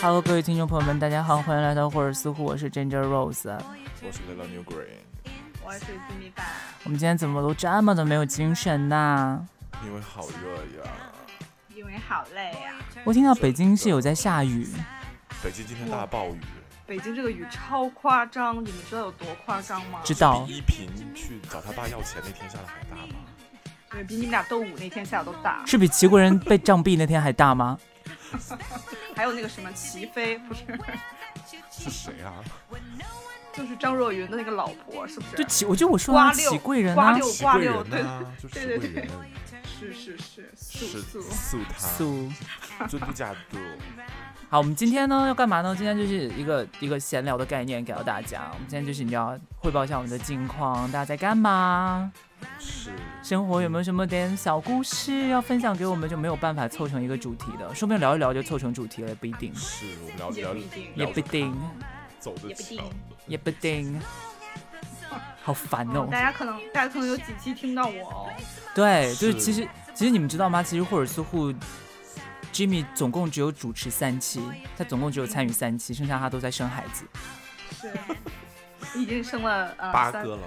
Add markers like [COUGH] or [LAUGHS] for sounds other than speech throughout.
Hello，各位听众朋友们，大家好，欢迎来到霍尔斯湖，我是 Ginger Rose。我是 Little New Green，我是金米板，我们今天怎么都这么的没有精神呐？因为好热呀。因为好累啊呀、我听到北京是有在下雨，北京今天大暴雨，北京这个雨超夸张，你们知道有多夸张吗？知道第一平去找他爸要钱那天下的还大吗？对比你们俩斗舞那天下的都大。是比齐国人被杖毙那天还大吗？还有那个什么齐飞，不是， [LAUGHS] 是谁啊？就是张若昀的那个老婆，是不？就是齐，我就我说瓜啊，六齐贵人瓜啊，六熹瓜贵六，人对，呐、就是熹贵人，是是是，素是素。 [LAUGHS] 素他，素。尊嘟假嘟，好，我们今天呢要干嘛呢？今天就是一个一个闲聊的概念给到大家。我们今天就是你知道汇报一下我们的近况，大家在干嘛？是生活有没有什么点小故事要分享给我们？就没有办法凑成一个主题的，说不定聊一聊就凑成主题了，也不一定，是，我们聊也聊不一定也聊不一定，走的也不一定巧，也不一定。 [LAUGHS] 好烦哦嗯，！大家可能大家可能有几期听到我哦，对，就是是其实其实你们知道吗？其实霍尔斯户 Jimmy 总共只有主持三期，他总共只有参与三期，剩下他都在生孩子。是， [LAUGHS] 已经生了呃八三 [LAUGHS] 个了，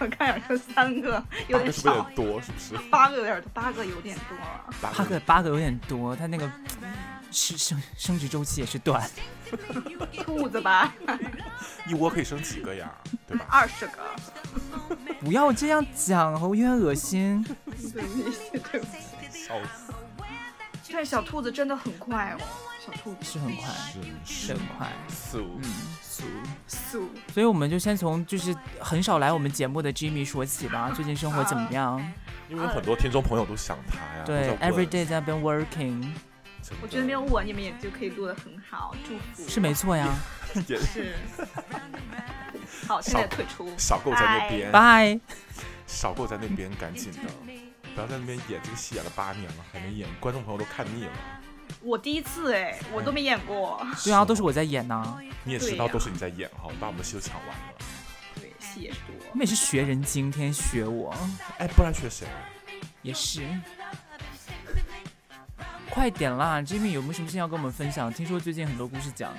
我看有生三个，有八点个是不是有少点，多？是不是？八个有点八个有点多啊了。八八个个八个有点多，他那个是生生殖周期也是短， [LAUGHS] 兔子吧，一窝可以生几个呀？对吧？二十个，不要这样讲，哦我有点恶心。对不起，对不起。笑死，但是小兔子真的很快哦，小兔子是很快，是是很快，素嗯，素所以我们就先从就是很少来我们节目的 Jimmy 说起吧，最近生活怎么样？因为有很多听众朋友都想他呀，对都在问，every day 在那边 working 真的我觉得没有我，你们也就可以录得很好，祝福。是没错呀。也是。好，现在退出。小狗在那边，拜。小狗在那边，赶紧的，不要在那边演这个戏，演了八年了还没演，观众朋友都看腻了。我第一次哎，我都没演过。对啊，都是我在演呐、你也知道对呀都是你在演哈，你把我们的戏都抢完了。对，戏也是你多。们也是学人精，天天学我，哎，不然学谁？也是。快点啦，Jimmy 有没有什么事情要跟我们分享？听说最近很多故事讲，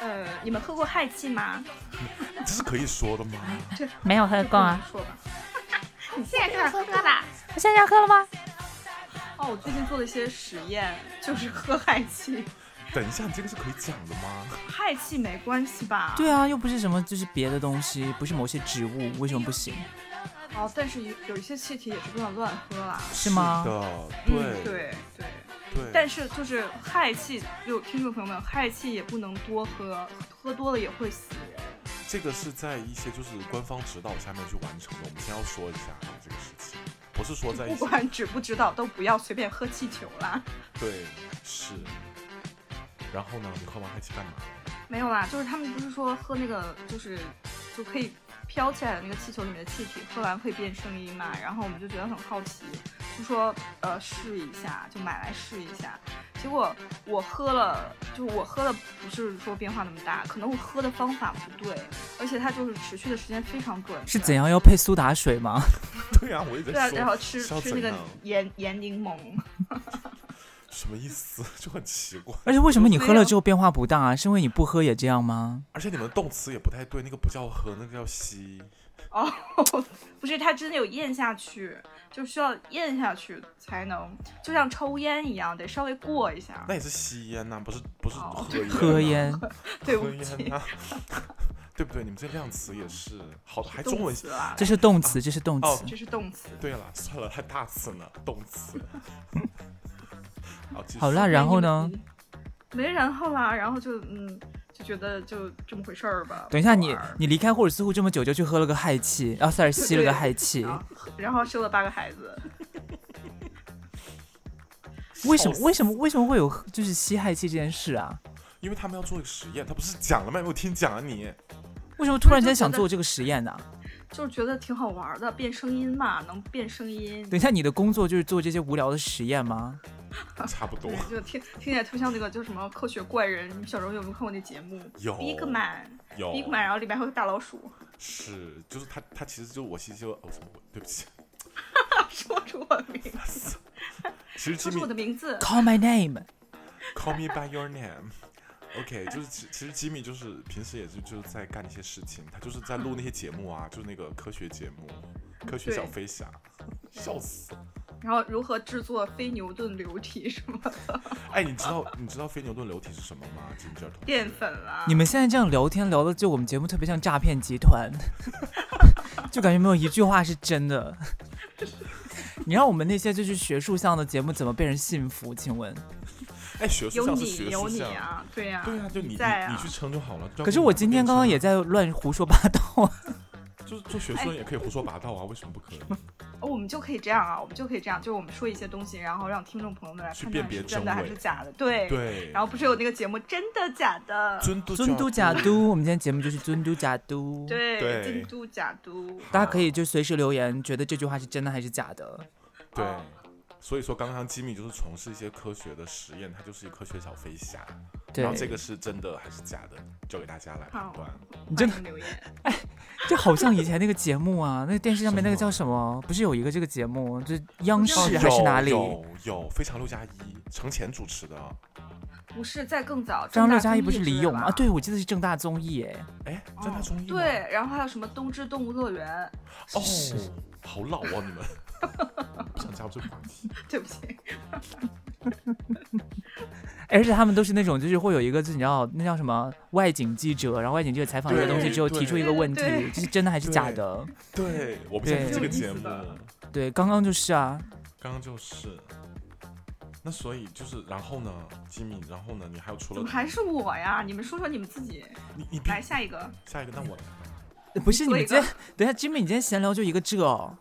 呃，你们喝过氦气吗？这是可以说的吗？没有喝过啊？说吧。 [LAUGHS] 你现在开始喝喝啦？我现在要喝了吗？哦，我最近做了一些实验，就是喝氦气。等一下，你这个是可以讲的 [LAUGHS] 吗？氦气没关系吧？对啊，又不是什么就是别的东西，不是某些植物，为什么不行？哦，但是有有一些气体也是不能乱喝啦。是吗是的，嗯对对对。对。但是就是氦气，有听众朋友们，氦气也不能多喝，喝多了也会死人。这个是在一些就是官方指导下面去完成的。我们先要说一下这个事情，不是说在一不些管指不指导，都不要随便喝气球啦。对是。然后呢？你喝完还去干嘛？没有啦，就是他们不是说喝那个就是就可以飘起来的那个气球里面的气体，喝完会变声音嘛？然后我们就觉得很好奇，就说呃试一下，就买来试一下。结果我喝了，就我喝的不是说变化那么大，可能我喝的方法不对，而且它就是持续的时间非常短暂。是怎样要配苏打水吗？ [LAUGHS] 对啊，我也在对啊，说。然后吃是要吃那怎个样盐盐柠檬，什么意思？ [LAUGHS] 就很奇怪。而且为什么你喝了之后变化不大、啊？是因为你不喝也这样吗？而且你们动词也不太对，那个不叫喝，那个叫吸。哦，不是，它真的有咽下去，就需要咽下去才能，就像抽烟一样，得稍微过一下那。也是吸烟呐、不是不是哦喝烟、喝烟， [LAUGHS] 对喝不烟起，呐、对不对？你们这量词也是好，还中动文词啦，这是动词，这是动词。哦这是动词。对了，算了，还大词呢，动词。好，继续好啦，然后呢？你？没然后啦，然后就嗯，就觉得就这么回事儿吧。等一下，不好你玩儿你离开霍尔斯户这么久，就去喝了个氦气，啊，sorry，吸了个氦气，然后然后生了八个孩子，为什么笑死为什么为什么会有就是吸氦气这件事啊？因为他们要做一个实验，他不是讲了吗？有没有听讲啊 [LAUGHS] 你？为什么突然间想做这个实验呢、就是觉得挺好玩儿的，变声音嘛，能变声音。等一下，你的工作就是做这些无聊的实验吗？差不多对，就听听起来特像那个叫什么科学怪人。你们小时候有没有看过那节目有？Big Man，Big 有 Man，然后里面还有个大老鼠。是就是他他其实就是我其实就哦什么我对不起，说出我的名字，其实说吉出米我的名字。 Call my name， Call me by your name。OK，就是其其实吉米就是平时也就就是在干一些事情，他就是在录那些节目啊，就是那个科学节目《科学小对飞侠》，笑死！然后如何制作非牛顿流体什么的哎，你知道你知道非牛顿流体是什么吗？吉米这儿同学淀粉啊啦，你们现在这样聊天聊的，就我们节目特别像诈骗集团， [LAUGHS] 就感觉没有一句话是真的。 [LAUGHS] 你让我们那些就是学术向的节目怎么被人信服？请问？哎，学术有上是你学有术你上，啊，对呀、对啊，就你、在啊你你去撑就好了。可是我今天刚刚也在乱胡说八道啊！就是做学术人也可以胡说八道啊，为什么不可以？哦我们就可以这样啊，我们就可以这样，就是我们说一些东西，然后让听众朋友们来去判辨断别是真的真还伪是假的，对。对，然后不是有那个节目真的假的，尊嘟尊嘟假嘟，我们今天节目就是尊嘟假嘟。，对，对真嘟假嘟，大家可以就随时留言，觉得这句话是真的还是假的？对哦，所以说刚刚吉米就是从事一些科学的实验，他就是一科学小飞侠。对哦然后，这个是真的还是假的，交给大家来判断。你真的欢迎留言，这好像以前那个节目啊，那个电视上面那个什叫么什么？不是有一个这个节目，就是央视哦还是哪里？有有有非常六加一，程前主持的。啊不是在更早，张正六大加一综不是艺李之类咏的吗？吧啊，，对，我记得是正大综艺哎。哎，正大综艺吗哦对，然后还有什么东芝动物乐园？ [LAUGHS] 是哦，好老哦，你们不想加入这个话题。对不起，而且他们都是那种，就是会有一个，就是你知道那叫什么外景记者，然后外景记者采访一个东西之后，对提出一个问题对对，这是真的还是假的？对，我们现在是这个节目对，对，刚刚就是啊，刚刚就是。那所以就是，然后呢，吉米，然后呢，你还有除怎么了还是我呀？你们说说你们自己，你你别来下一个，下一个，那我来不是你做们一今个天，等一下，Jimmy，你今天闲聊就一个这哦，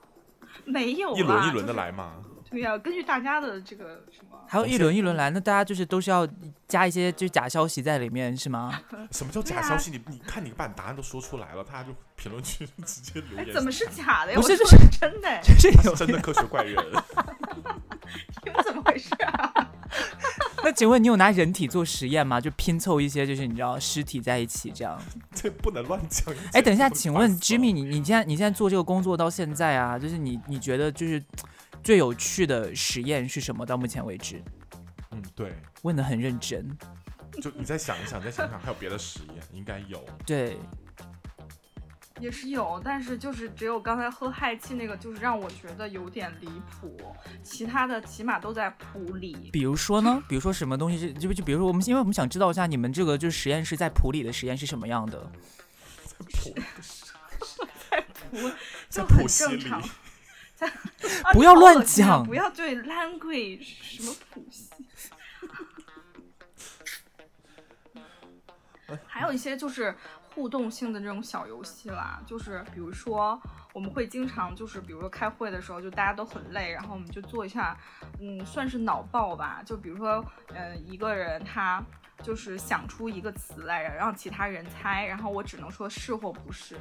没有一轮啦一轮的，啊就来嘛。是对呀，根据大家的这个什么。还有我一先轮一轮来，那大家就是都是要加一些就假消息在里面是吗？什么叫假对啊消息？你你看，你把答案都说出来了，他就评论区直接留哎，言。怎么是假的呀？不我是说这的是真的哎，就是他有是真的科学怪人？你们怎么回事啊？ [LAUGHS] 那请问你有拿人体做实验吗？就拼凑一些就是你知道尸体在一起这样？ [LAUGHS] 这不能乱讲。哎，等一下，这请会问烦死了 Jimmy，你你现在你现在做这个工作到现在啊，就是你你觉得就是最有趣的实验是什么？到目前为止，嗯，对，问的很认真。就你再想一想，再想想，还有别的实验应该 [LAUGHS] 有。对， [LAUGHS] 也是有，但是就是只有刚才喝氦气那个，就是让我觉得有点离谱，其他的起码都在谱里。比如说呢，比如说什么东西是就就比如说我们，因为我们想知道一下你们这个就是实验室在普里的实验是什么样的。我在就普很西正里 [LAUGHS] 常。不要乱恶 [LAUGHS] 心啊讲不要对 language 什么谱 [LAUGHS] 系。还有一些就是互动性的这种小游戏啦，就是比如说我们会经常就是比如说开会的时候，就大家都很累，然后我们就做一下，嗯，算是脑爆吧。就比如说，呃，一个人他就是想出一个词来，让其他人猜，然后我只能说是或不是。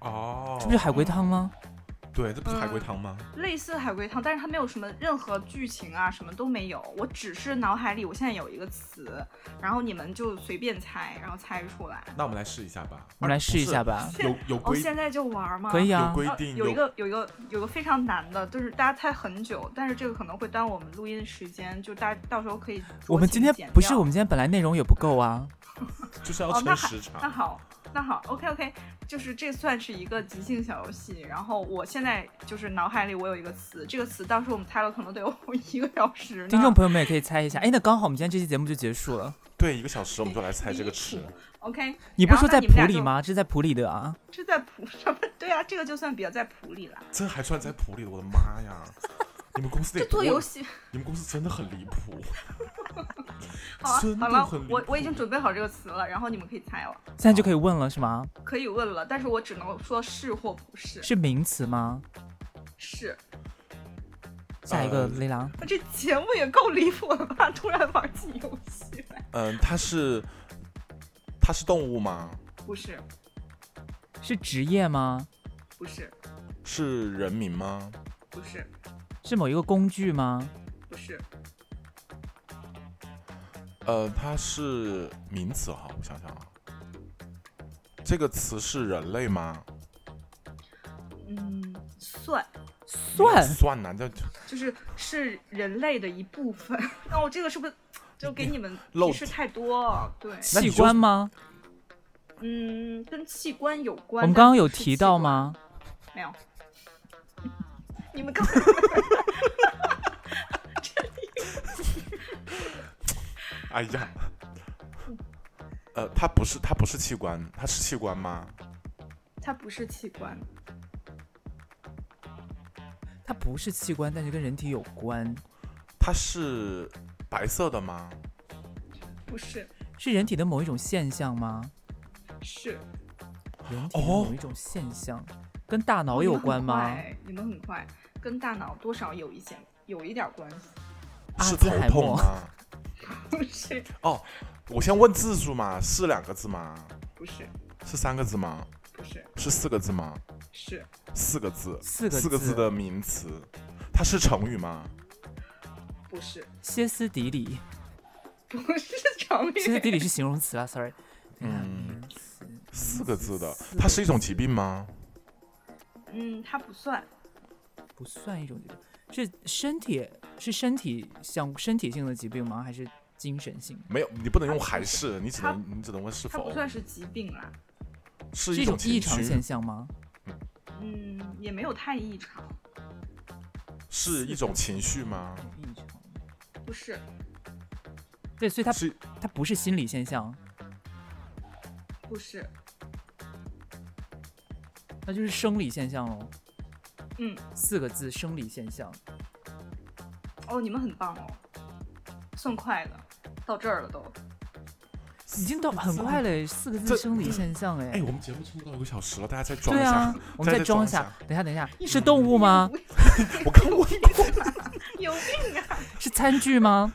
哦，这不是海龟汤吗？对，这不是海龟嗯汤吗？类似海龟汤，但是它没有什么任何剧情啊，什么都没有。我只是脑海里我现在有一个词，然后你们就随便猜，然后猜出来。那我们来试一下吧。我们来试一下吧。吧，有有哦，规现在就玩吗？可以有啊。规呃定，有一有个有一个有个非常难的，就是大家猜很久，但是这个可能会耽误我们录音时间，就大家到时候可以。我们今天不是我。们今天本来内容也不够啊，就是要哦那撑还时那长。好，那好，OK OK，就是这算是一个即兴小游戏。然后我现在就是脑海里我有一个词，这个词当时我们猜了可能得有一个小时呢。听众朋友们也可以猜一下。哎，那刚好我们今天这期节目就结束了。对，一个小时我们就来猜这个词。 OK，你不是说然后那在你们普俩里就吗？这是在普里的啊。这在谱什么？对啊，这个就算比较在谱里了。这还算在谱里，我的妈呀！你们公司这得做多游戏，你们公司真的很离谱。好啊真，的好了很，离我谱我已经准备好这个词了，然后你们可以猜了，现在就可以问了是吗？可以问了，但是我只能说是或不是。是名词吗？是，下一个呃雷狼，那这节目也够离谱了吧？突然玩起游戏来，嗯，它是它是动物吗？不是，是职业吗？不是，是人民吗？不是，是某一个工具吗？不是，呃，它是名词哈，我想想啊，这个词是人类吗？嗯，算，算算呐，这 [LAUGHS] 哦就是是人类的一部分。那我这个是不是就给你们漏提示太多。对，那你器就官吗？嗯，跟器官有我关。们刚刚有提到吗？但不是器官？没有。你 [LAUGHS] 们刚哎呀，呃，它不是它不是器官，它是器官吗？它不是器官，它不是器官，但是跟人体有关，它是白色的吗？不是，是人体的某一种现象吗？是人体的哦某一种现象，跟大脑有关吗？你们很哦快，跟大脑多少有一些有一点关系。 [LAUGHS] 阿是兹头啊海痛默吗？不是，哦，我先问字数嘛，是两个字吗？不是，是三个字吗？不是，是四个字吗？是四个字，四个四个字字的名词，它是成语吗？不是 [LAUGHS] 歇斯底里，不是成歇斯语？底里是形容词啊，sorry。嗯，四个字的四，它个是一种疾病吗？嗯，它不算，不算一种疾病，是身体是身体像身体性的疾病吗？还是精神性？没有，你不能用还是，你只它能你只能问是它否不，算是疾病啦。是是一种种异情常绪现，象吗？嗯，也没有太异常，是一种情绪吗？异常。不是，对，所以它是它不是心理现象，不是，那就是生理现象喽。嗯，四个字，生理现象。哦，你们很棒哦，算快了，到这儿了都。已经到很快嘞，四个字这生理现象哎哎，。我们节目差不多一个小时了，大家再装对一下啊。， [LAUGHS] 我们再再再装一哎装一下下。等一下，等一下，是动物吗？我刚问过 [LAUGHS] 有病啊！是餐具吗？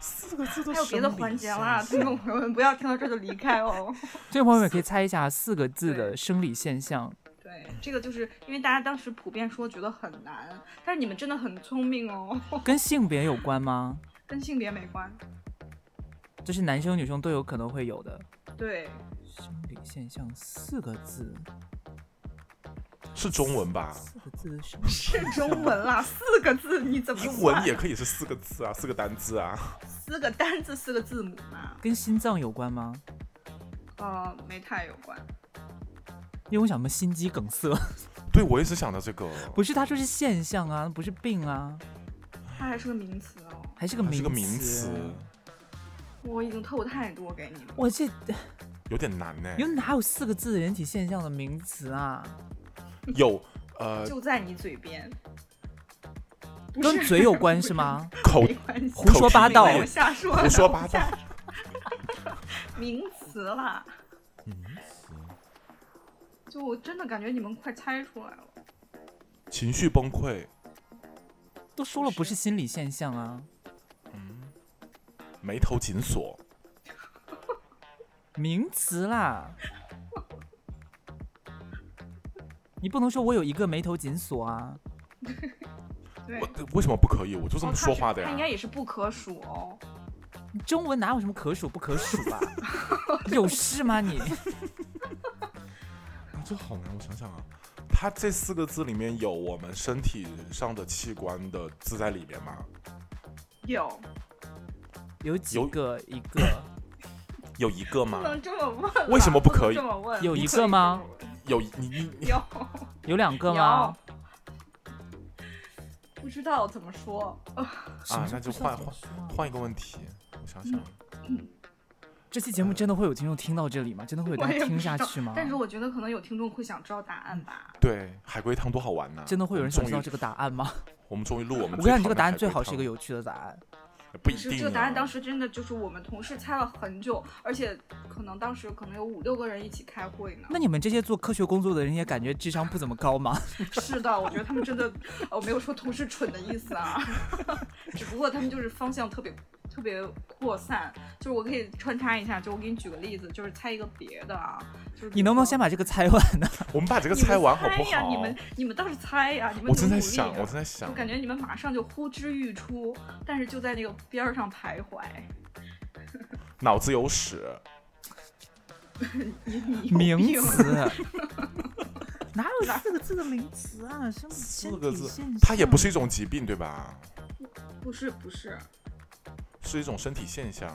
四个字的，还有别的环节啦， [LAUGHS] 听众朋友们不要听到这就离开哦。这位朋友们可以猜一下四个字的对生理现象。对，这个就是因为大家当时普遍说觉得很难，但是你们真的很聪明哦，跟性别有关吗？跟性别没关。这是男生女生都有可能会有的对，生理现象，四个字，是中文吧？四个字的生是中文啦，四个字你怎么英文算？也可以是四个字啊，四个单字啊。四个单字，四个字母嘛，跟心脏有关吗？呃，没太有关。因为我想什么心肌梗塞， [LAUGHS] 对，我也是想到这个，不是他说是现象啊，不是病啊，它还是个名词哦，还是个它名是个名词，我已经透太多给你了。我这有点难呢。有哪有四个字的人体现象的名词啊？有呃，就在你嘴边，不是跟嘴有关是？ [LAUGHS] 吗？口没关系，胡说八道口蹄我疫瞎说的，胡说 [LAUGHS] 八道。名词啦，就我真的感觉你们快猜出来了，情绪崩溃，都说了不是心理现象啊，眉头紧锁，名词啦。你不能说我有一个眉头紧锁啊，对。我为什么不可以？我就这么哦它说是话的它呀应。该也是不可数哦。你中文哪有什么可数不可数 [LAUGHS] 啊？有事吗你？啊，这好难，我想想啊，它这四个字里面有我们身体上的器官的字在里面吗？有，有几有个？一个有一个不吗？能这么问啦。为什么不能可以这么问？有不一可个以吗这么有一你你问？你有，有两个吗？不知道怎么说。什么啊叫那就不知道换怎么说啊换一个问题，我想嗯想，这期节目真的会有听众听到这里吗？真的会有我大也家不听知下道去吗？但是我觉得可能有听众会想知道答案吧。对，海龟汤多好玩呐、真的会有人想终知道于这个答案吗？我们终于录我们。我跟你讲，你这个答案最好是一个，有趣的答案。不一是定啊。这个答案当时真的就是我们同事猜了很久，而且可能当时可能有五六个人一起开会呢。那你们这些做科学工作的人也感觉智商不怎么高吗？是的，我觉得他们真的，呃我没有说同事蠢的意思啊， [LAUGHS] 只不过他们就是方向特别特别扩散。就是我可以穿插一下，就我给你举个例子，就是猜一个别的啊，就是比你能不能如说先把这个猜完 [LAUGHS] 呢？我们把这个你们猜完好不猜呀好？你们你们倒是猜呀、你们我正努在努力啊想，呀我正在想就，感觉你们马上就呼之欲出，但是就在那个边儿上徘徊。 [LAUGHS] 脑子有屎，你你有名病啊 [LAUGHS] 词。哪有四个字的名词啊？生理四身个体字现啊啊它也象不是一种疾病，对吧？不是不是，是一种身体现象。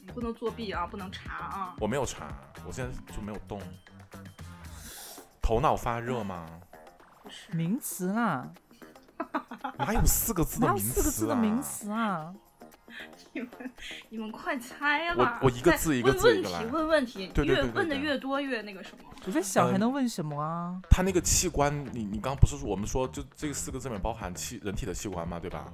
你不能作弊啊，不能查啊。我没有查，我现在就没有动。头脑发热吗？不是名词啦，哪有四个字的哪有名词、啊？四个字的名词啊？你们你们快猜我吧！我一个再字一个字问一问个来题，问问题，对对对对越问的对越多越那个什么。我在想嗯还能问什么啊？它那个器官，你你刚刚不是说我们说就这四个字里面包含器人体的器官吗？对吧？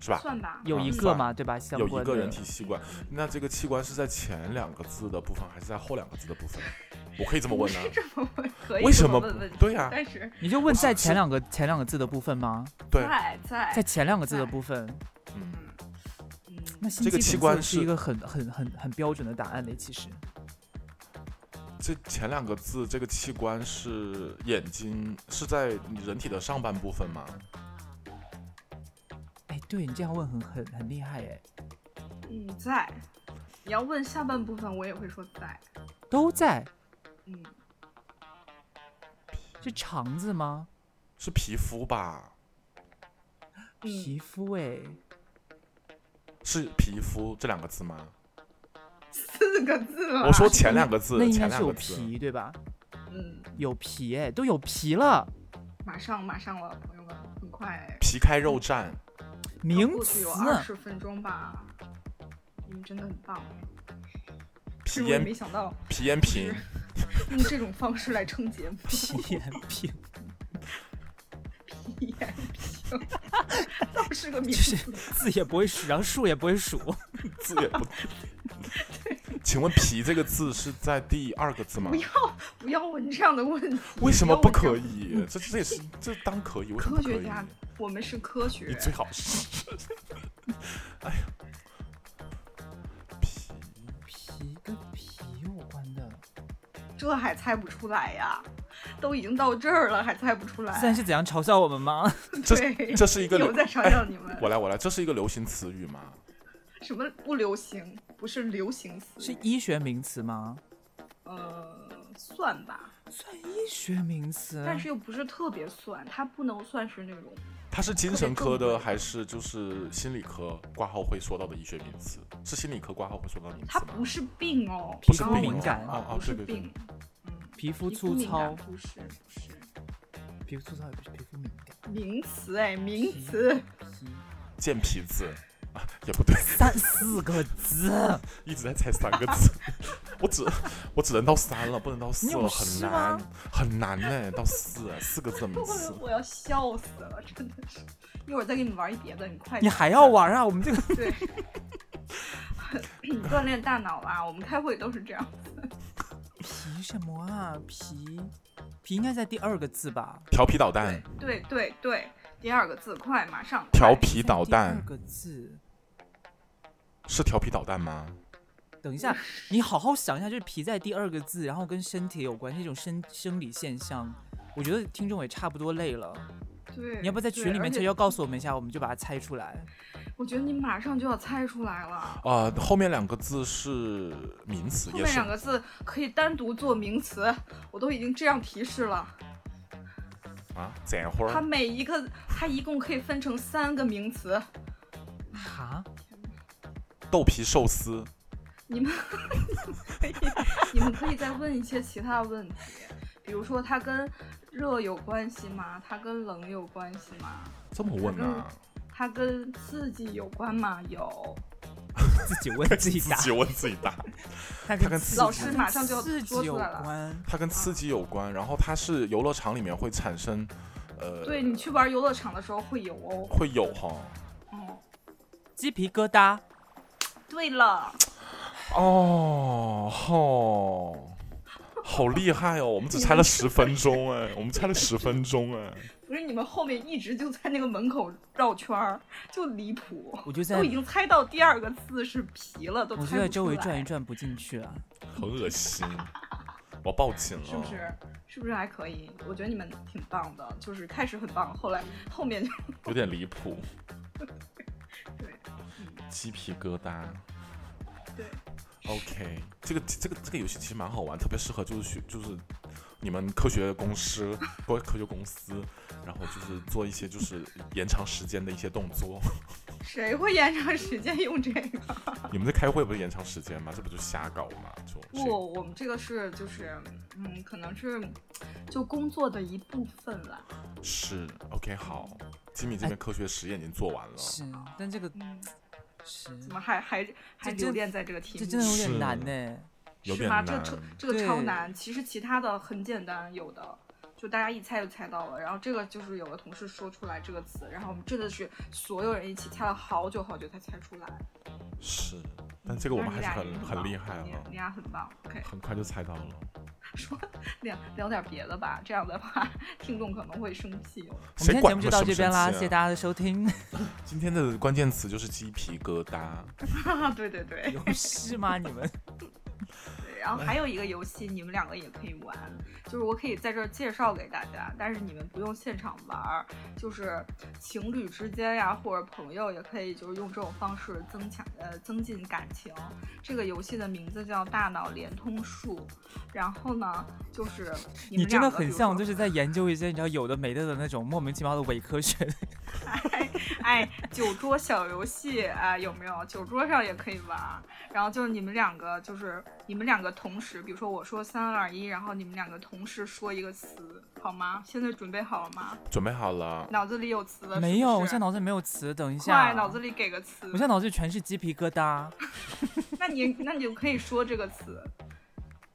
是吧？算吧，有一嗯个嘛，对吧？相有关一的个人体器官，那这个器官是在前两个字的部分，还是在后两个字的部分？ [LAUGHS] 我 [LAUGHS] 可以这么 [LAUGHS] 不问呢是？这么问，可以为什这么么不问问题？对啊啊呀但是你就问在是前两个前两个字的部分吗？对，在在在前两个字的部分，嗯，嗯，那心这个肌器梗官塞是是一个很很很很标准的答案嘞，其实这前两个字这个器官是眼睛，是在你人体的上半部分吗？哎，对你这样问很很很厉害哎，嗯在。你要问下半部分，我也会说在。都在嗯，是肠子吗？是皮肤吧？嗯皮肤哎，是皮肤这两个字吗？四个字了。我说前两个字嗯啊那，应前该是两有个字。皮对吧？嗯，有皮哎，都有皮了，马上马上了，朋友们，很快。皮开肉绽，名过去词有二十分钟吧。你们真的很棒，是皮我也没炎想到皮炎平，用这种方式来撑节目。皮炎平，眼皮， [LAUGHS] 倒是个名就字是。字也不会数，然后数也不会数，字也 [LAUGHS] 不。请问“皮”这个字是在第二个字吗不？要不要问这样的问题。为什么不可以？以？这这也是这当可以，为什么不科可学以？家，我们是科学你。最好 [LAUGHS] 是。哎呀，皮皮跟皮有关的，这还猜不出来呀？都已经到这儿了，还猜不出来？现在是怎样嘲笑我们吗？对，这是一个 [LAUGHS] 有流， [LAUGHS] 在嘲笑你们、我来我来，这是一个流行词语吗？什么不流行？不是流行词，是医学名词吗？呃算吧，算医学名词，但是又不是特别算，它不能算是那种它是精神科特别的重还是就是心理科挂号会说到的医学名词？是心理科挂号会说到的名它词吗？不是病哦，皮肤是刚刚病敏哦感哦哦不是对对对病，嗯，皮肤皮粗敏感糙，不是不是皮肤粗糙也不是皮肤敏感，名词哎，名词。皮贱皮子啊，也不对，三四个 [LAUGHS] 字，一直在猜三个字， [LAUGHS] 我只我只能到三了，不能到四你有了，很事难吗很难呢、到四四个字的名我 [LAUGHS] 词。我要笑死了，真的是。一会儿再给你玩一别的，你快你点。还要玩啊？我们这个对， [CLEARS THROAT] 锻炼大脑啦。我们开会都是这样。 [LAUGHS] 皮什么啊？皮皮应该在第二个字吧？调皮捣蛋，对对对，第二个字快，马上。调快皮在捣第 [LAUGHS] 蛋二个字。是调皮捣蛋吗？等一 [LAUGHS] 下，你好好想一下，就是皮在第二个字，然后跟身体有关，是一种生生理现象。我觉得听众也差不多累了，对，你要不要在对群里而面悄且悄告诉我们一下，我们就把它猜出来。我觉得你马上就要猜出来了。啊、后面两个字是名词，后也面是两个字可以单独做名词，我都已经这样提示了。啊，怎会它儿？每一个，它一共可以分成三个名词。哈，豆皮寿司，你们 [LAUGHS] 可以，你们可以再问一些其他的问题，比如说它跟热有关系吗？它跟冷有关系吗？这么问啊？它跟刺激有关吗？有。自己问自己 [LAUGHS] 自答，己问自己答。 [LAUGHS] 他它跟刺激老师马上就要刺激说出有来了关。它跟刺激有关，然后它是游乐场里面会产生，呃，对你去玩游乐场的时候会有哦。会有哈。嗯，鸡皮疙瘩，对了，哦，吼，好厉害哦！我们只猜了十分钟哎，我们猜了十分钟哎。不是你们后面一直就在那个门口绕圈儿，就离谱。我就在都已经猜到第二个字是皮了，都我就猜不在出周围来，转一转不进去了。很恶心，我要报警了。是不哦是？是不是还可以？我觉得你们挺棒的，就是开始很棒，后来后面就有点离谱，对鸡皮疙瘩。对。 OK，这个这个这个游戏其实蛮好玩，特别适合就是学就是你们科学公 [LAUGHS] 司不是科学公司，然后就是做一些就是延长时间的一些动作。 [LAUGHS] 谁会延长时间用这个？你们在开会不是延长时间吗？这不就瞎搞吗？就不，我们这个是就是，嗯，可能是就工作的一部分啦。是 OK 好。吉米这哎边科学实验已经做完了，是，但这个嗯，是，怎么还还还这留恋在这个题这目？真的有是点难呢、有是点吗？难这。个超这个超对难。其实其他的很简单，有的就大家一猜就猜到了。然后这个就是有的同事说出来这个词，然后我们真的是所有人一起猜了好久好久才猜出来。是，但这个我们还是但很你俩很厉也害啊棒你了你，俩很棒。OK，很快就猜到了。说聊聊点别的吧，这样的话 [LAUGHS] 听众可能会生气哦。 [LAUGHS] 哎我们今谁天管节目他就到们生不这边生啦，气谢啊谢大家的收听。 [LAUGHS] 今天的关键词就是鸡皮疙瘩。啊，对对对。有事吗？你 [LAUGHS] 们？然后还有一个游戏，你们两个也可以玩，就是我可以在这儿介绍给大家，但是你们不用现场玩儿，就是情侣之间呀，或者朋友也可以，就是用这种方式增强呃增进感情。这个游戏的名字叫大脑连通术，然后呢，就是你你们真两的个很像，就是在研究一些你知道有的没的的那种莫名其妙的伪科学。哎，酒桌小游戏啊、有没有？酒桌上也可以玩儿。然后就是你们两个，就是你们两个同时，比如说我说三二一，然后你们两个同时说一个词，好吗？现在准备好了吗？准备好了，脑子里有词了是不没有，我是现在脑子里没有词。等一下快，，脑子里给个词我现。在脑子里全是鸡皮疙瘩。那你那你就可以说这个词，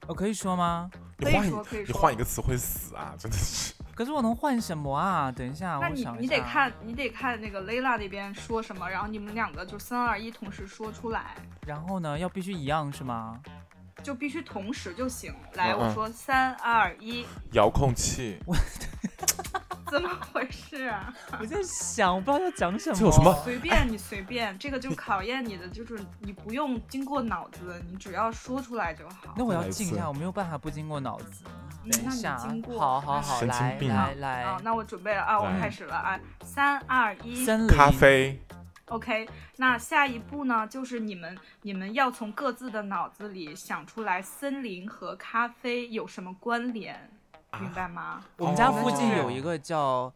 我哦可以说吗？你可以换一说可以你说换一个词会死啊！真的是，可是我能换什么啊？等一下，我那你想一你下得看你得看那个 Layla 那边说什么，然后你们两个就三二一同时说出来，然后呢，要必须一样是吗？就必须同时就行。来，嗯我嗯说三二一，遥控器，怎么回事啊？我在想，我不知道要讲什么。这有什么随便你随便，这个就考验你的，就是你不用经过脑子，你只要说出来就好。那我再要来一静次一下，我没有办法不经过脑子。嗯等那一你下啊经，过好好好，神经来病啊来来好，，那我准备了啊，我来开始了啊，三二一森林咖啡， ，OK。那下一步呢，就是你们你们要从各自的脑子里想出来森林和咖啡有什么关联，啊明白吗？我们家哦附近有一个叫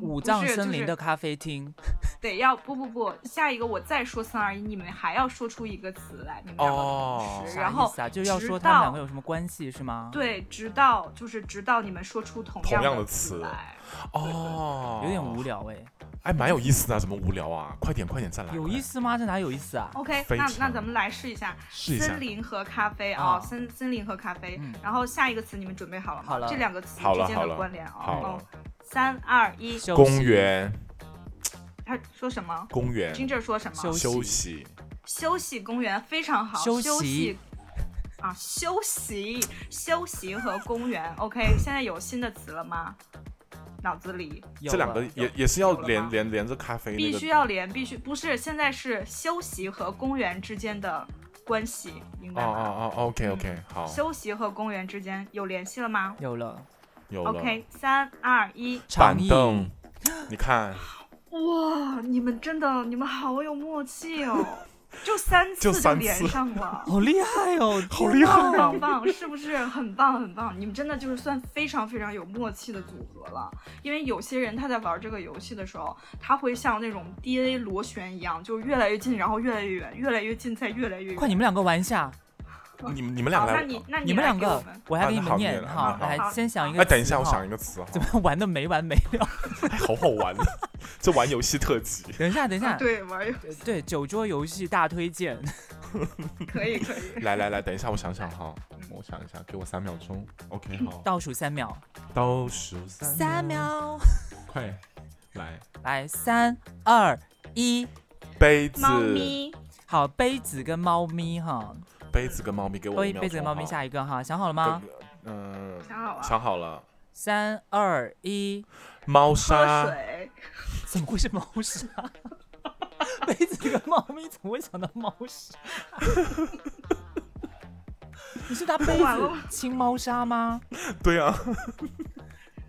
五不藏是森就林是的咖啡厅，得要不不不，下一个我再说三二一，你们还要说出一个词来，你们两个哦同时，啥然意后思啊？就是要直说他们到两个有什么关系是吗？，对，直到就是直到你们说出同同样样的词词来。哦，有点无，聊哎，哎，蛮有意思的啊，怎么无聊啊？快点，快点，再来，有快点意，思吗？这哪有意思啊？ OK，非那那常咱们来试一下试一下森林和咖啡啊啊，森森林和咖啡嗯。然后下一个词你们准备好了吗？好了这两个词好之了间好的了关联啊。好哦了，三二一，休息公园，他说什么公园， ？Ginger 说什休么？息休息，休息公园非常好，休休息啊，休息休息和公园。OK，现在有新的词了吗？脑子里有这两个了也也是要有了连吗连连着咖啡那必须个，要连，必须不是现在是休息和公园之间的关系，明哦白吗？哦哦，OK 嗯 OK，好，休息和公园之间有联系了吗有了有了， ？OK，三二一，长板椅，。凳，你 [LAUGHS] 看，哇，啊你们真的，你们好有默契哦，就三就次三次连上了好厉害哦， [LAUGHS] 好厉害棒棒棒，是不是很棒很棒？你们真的就是算非常非常有默契的组合了。因为有些人他在玩这个游戏的时候，他会像那种 DNA 螺旋一样，就是越来越近，然后越来越远，越来越近，再越来越远。快，你们两个玩一下，你们你们俩好，那来，你那你们来两给我个们，我还给啊你那们好念你来好，那好来先想一个哎，词哈。等一下，我想一个词哈怎，么玩的没完没了？哎好好玩， [LAUGHS] 这玩游戏特辑，等一下，等一下，啊对玩儿呃对，酒桌游戏大推荐，可以可以。来来来，等一下，我想想哈，嗯我想一下，给我三秒钟，OK，好，倒数三秒，倒数三，秒，快来，来，三二一，杯子，猫咪，好，杯子跟猫咪哈，杯子跟猫咪给我杯一秒杯子跟钟猫咪哈下一个哈，想好了吗？这个嗯，想好了想好了，三二一，猫喝砂，水，怎么会是猫砂？杯子跟猫咪怎么会想到猫砂？ [LAUGHS] 你是拿杯完了子清猫砂吗？对啊，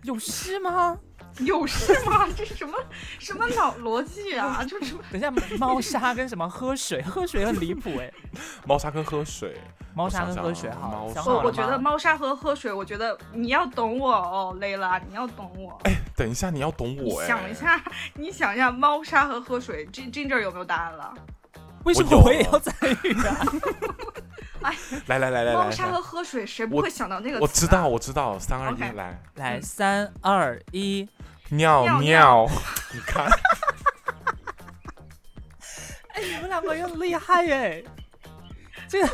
有事吗？ [LAUGHS] 有事吗？这是什么什么脑逻辑啊？ [LAUGHS] 这是什么等一下，猫砂跟什么喝水？喝水很离谱哎、猫砂跟喝水，猫砂跟我想喝想水啊好了，猫想砂好我了我觉得吗猫砂和喝水，我觉得你要懂我哦，蕾拉，你要懂我。等一下，你要懂你哎我哎。想一，下， [LAUGHS] 你想一下，猫砂和喝水，Gin Ginger 有没有答案了？为什我么有我也啊要参与啊？来来来来来猫砂来，和喝水，谁不我会想到那个词啊？我知道我知道，三二一 OK 来，来，三二一，尿尿尿， [LAUGHS] 你看， [LAUGHS] 哎，你们两个又厉害耶！这个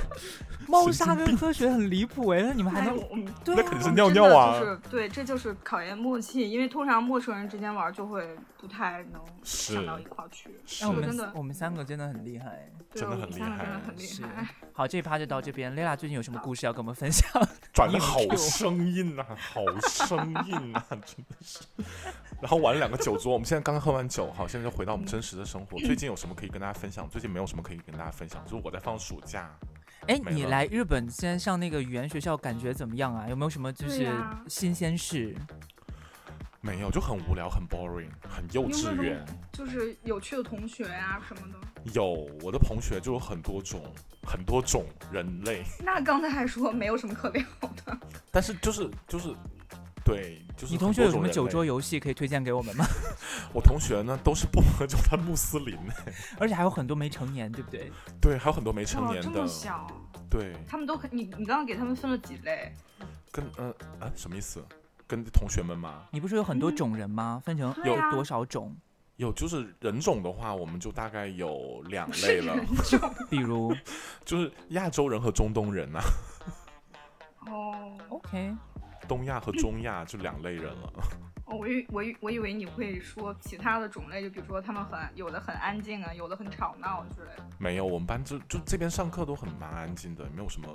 猫砂跟喝水很离谱哎，那你们还哎。能我们对那啊肯定我是们尿真尿的啊就是对，这就是考验默契，因为通常陌生人之间玩就会不太能想是到一块儿去。是哎，我真们的我们三个真的很厉害。对，啊真的我很们厉三个害真的很厉是害。 [LAUGHS] 好，这一趴就到这边。蕾拉最近有什么故事要跟我们分享？ [LAUGHS] 转的硬好 Q 生硬 [LAUGHS] 啊，好生硬啊， [LAUGHS] 真的是。然后玩了两个酒桌，我们现在刚喝完酒，好，现在就回到我们真实的生嗯活。最近有什么可以跟大家分享？最近没有什么可以跟大家分享，就是我在放暑假。哎，没你了来日本现在上那个语言学校感觉怎么样啊？有没有什么就对是呀新鲜事？没有，就很无聊，很 boring，很幼你有稚没有园什。就是有趣的同学呀、什么的。有我的同学就有很多种，很多种人类，那刚才还说没有什么可聊的，但是就是就是，对，就是你同很学多有什种么人酒类桌？游戏可以推荐给我们吗？ [LAUGHS] 我同学呢都是不喝酒，他穆斯林，而且还有很多没成年，对不对？对，还有很多没成哇，年哦这的么，小，对，他们都可你你刚刚给他们分了几类？跟呃啊什么意思？跟同学们吗？你不是有很多嗯种人吗？分成对啊多少种？有，就是人种的话，我们就大概有两不类是 [LAUGHS] 了， [LAUGHS] 人种比如就是亚洲人和中东人啊，哦。 ，OK，东亚和中亚就两类人了。哦，我以我以我以为你会说其他的种类，就比如说他们很有的很安静啊，有的很吵闹之类的。没有，我们班就就这边上课都很蛮安静的，没有什么。